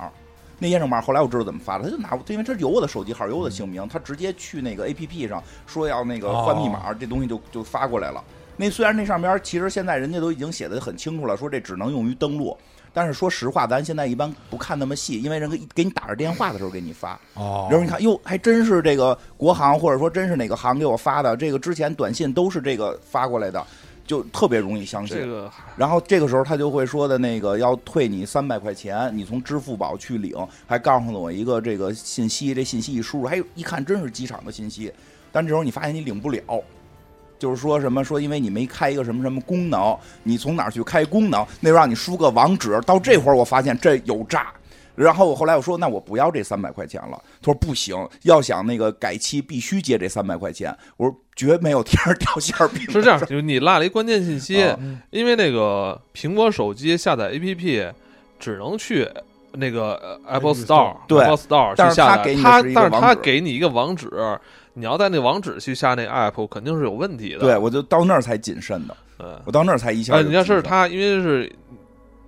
B: 那验证码后来我知道怎么发了，他就拿我，因为这有我的手机号，有我的姓名，他直接去那个 A P P 上说要那个换密码，这东西就就发过来了。那虽然那上边其实现在人家都已经写的很清楚了，说这只能用于登录，但是说实话，咱现在一般不看那么细，因为人给给你打着电话的时候给你发，
C: 哦，
B: 然后你看，哟，还真是这个国航，或者说真是哪个航给我发的，这个之前短信都是这个发过来的，就特别容易相信。
A: 这个
B: 然后这个时候他就会说的那个要退你三百块钱，你从支付宝去领，还告诉了我一个这个信息，这信息一输入，还有一看真是机场的信息，但这时候你发现你领不了。就是说什么说，因为你没开一个什么什么功能，你从哪儿去开功能？那时候让你输个网址，到这会儿我发现这有诈。然后我后来我说，那我不要这三百块钱了。他说不行，要想那个改期必须接这三百块钱。我说绝没有天儿掉馅儿饼的事 儿。
A: 是这样，就是你落了一关键信息，
B: 啊
A: 因为那个苹果手机下载 A P P 只能去那个呃 Apple Store、
B: 对
A: Apple Store
B: 但
A: 去
B: 是
A: 下
B: 它
A: 载
B: 给，你的
A: 它
B: 是一个
A: 但是它
B: 网址
A: 给你一个网址，你要在那个网址去下那 App 肯定是有问题的。
B: 对，我就到那儿才谨慎的，
A: 嗯，
B: 我到那儿才一下
A: 呃，
B: 就谨慎。
A: 你要是他，因为是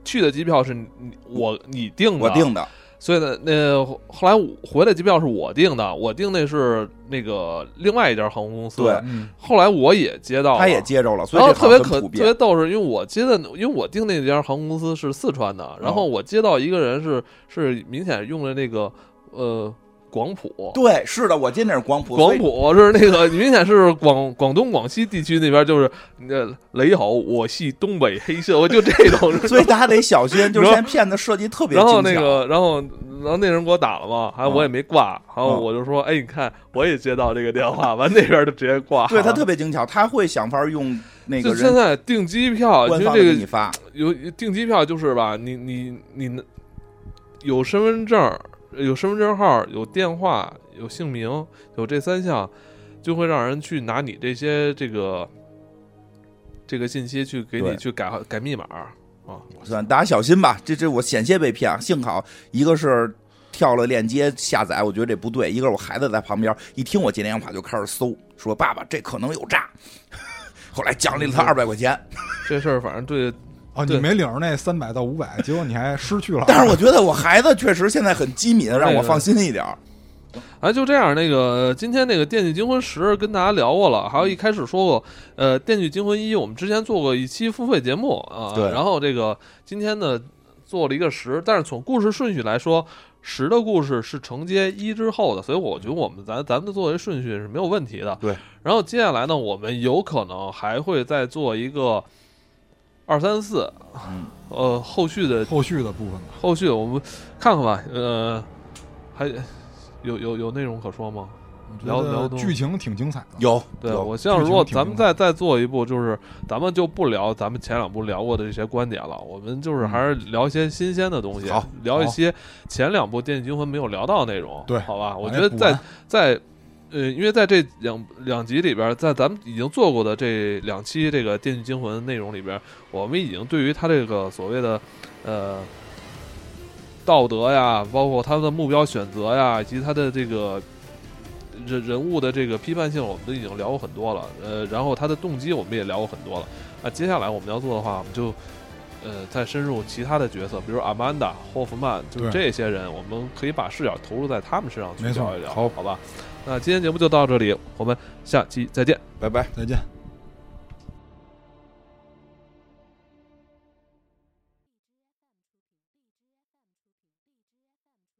A: 去的机票是你我你订的，
B: 我定的，
A: 所以呢，那后来我回来机票是我订的，我订那是那个另外一家航空公司。
B: 对
C: 嗯，
A: 后来我也接到了，
B: 他也接着了，所以
A: 然后
B: 这
A: 哦特
B: 行
A: 别
B: 很
A: 可
B: 普
A: 特
B: 遍
A: 别。逗是，因为我接的，因为我订那家航空公司是四川的，然
B: 哦
A: 后我接到一个人是是明显用的那个呃广普。
B: 对，是的，我今天是广谱，所
A: 广
B: 以
A: 普是那个明显是广广东广西地区那边，就是呃雷好，我系东北黑社，我就这种。
B: 所以大家得小心，就
A: 然
B: 是
A: 后
B: 现在骗子设计特别
A: 然
B: 精巧。
A: 后那个，然后然后那人给我打了嘛，还有
B: 嗯
A: 我也没挂，然后
B: 嗯
A: 我就说，哎，你看我也接到这个电话， 完那边就直接挂了。
B: 对他特别精巧，他会想法用那个
A: 啊就现
B: 人
A: 在订机票，
B: 官
A: 因
B: 方
A: 为
B: 给
A: 这
B: 你
A: 个
B: 发，
A: 有订机票就是吧，你你你有身份证，有身份证号，有电话，有姓名，有这三项，就会让人去拿你这些这个这个信息去给
B: 对
A: 你去改改密码。
B: 算大家小心吧。这这我险些被骗啊，幸好一个是。跳了链接下载，我觉得这不对。一个是我孩子在旁边，一听我接电话就开始搜，说爸爸这可能有诈。 后来奖励了他二百块钱，
A: 这事儿反正对
C: 哦，
A: 对
C: 你没领着那三百到五百，结果你还失去了。
B: 但是我觉得我孩子确实现在很机敏，让我放心一点儿。
A: 哎，就这样。那个今天那个《电锯惊魂十》跟大家聊过了，还有一开始说过，呃，《电锯惊魂一》我们之前做过一期付费节目啊，
B: 对
A: 然后这个今天呢做了一个十，但是从故事顺序来说。十的故事是承接一之后的，所以我觉得我们咱咱们的作为顺序是没有问题的。
B: 对。
A: 然后接下来呢，我们有可能还会再做一个二三四，
B: 嗯
A: 呃，后续的
C: 后续的部分吧，
A: 后续我们看看吧。呃，还有有有内容可说吗？
C: 我觉
A: 聊聊
C: 得
A: 多
C: 剧情挺精彩的。
B: 有，
A: 对，
B: 有
A: 我希望
C: 剧
A: 如
C: 情
A: 果
C: 挺
A: 咱
C: 精
A: 们
C: 彩
A: 再再做一步，就是咱们就不聊咱们前两部聊过的这些观点了，我们就是还是聊一些新鲜的东西，
B: 好
A: 聊一
C: 好
A: 些前两部《电锯惊魂》没有聊到的内容，
C: 对
A: 好吧？我
C: 把
A: 觉得
C: 这补
A: 在
C: 完
A: 在呃，因为在这两两集里边，在咱们已经做过的这两期这个《电锯惊魂》内容里边，我们已经对于他这个所谓的呃道德呀，包括他的目标选择呀，以及他的这个人人物的这个批判性，我们都已经聊过很多了。呃，然后他的动机我们也聊过很多了。那接下来我们要做的话，我们就呃再深入其他的角色，比如阿曼达、霍夫曼，就是
C: 对
A: 这些人，我们可以把视角投入在他们身上去
C: 没错
A: 聊一聊，
C: 好
A: 好吧？那今天节目就到这里，我们下期再见。
B: 拜拜。
C: 再见。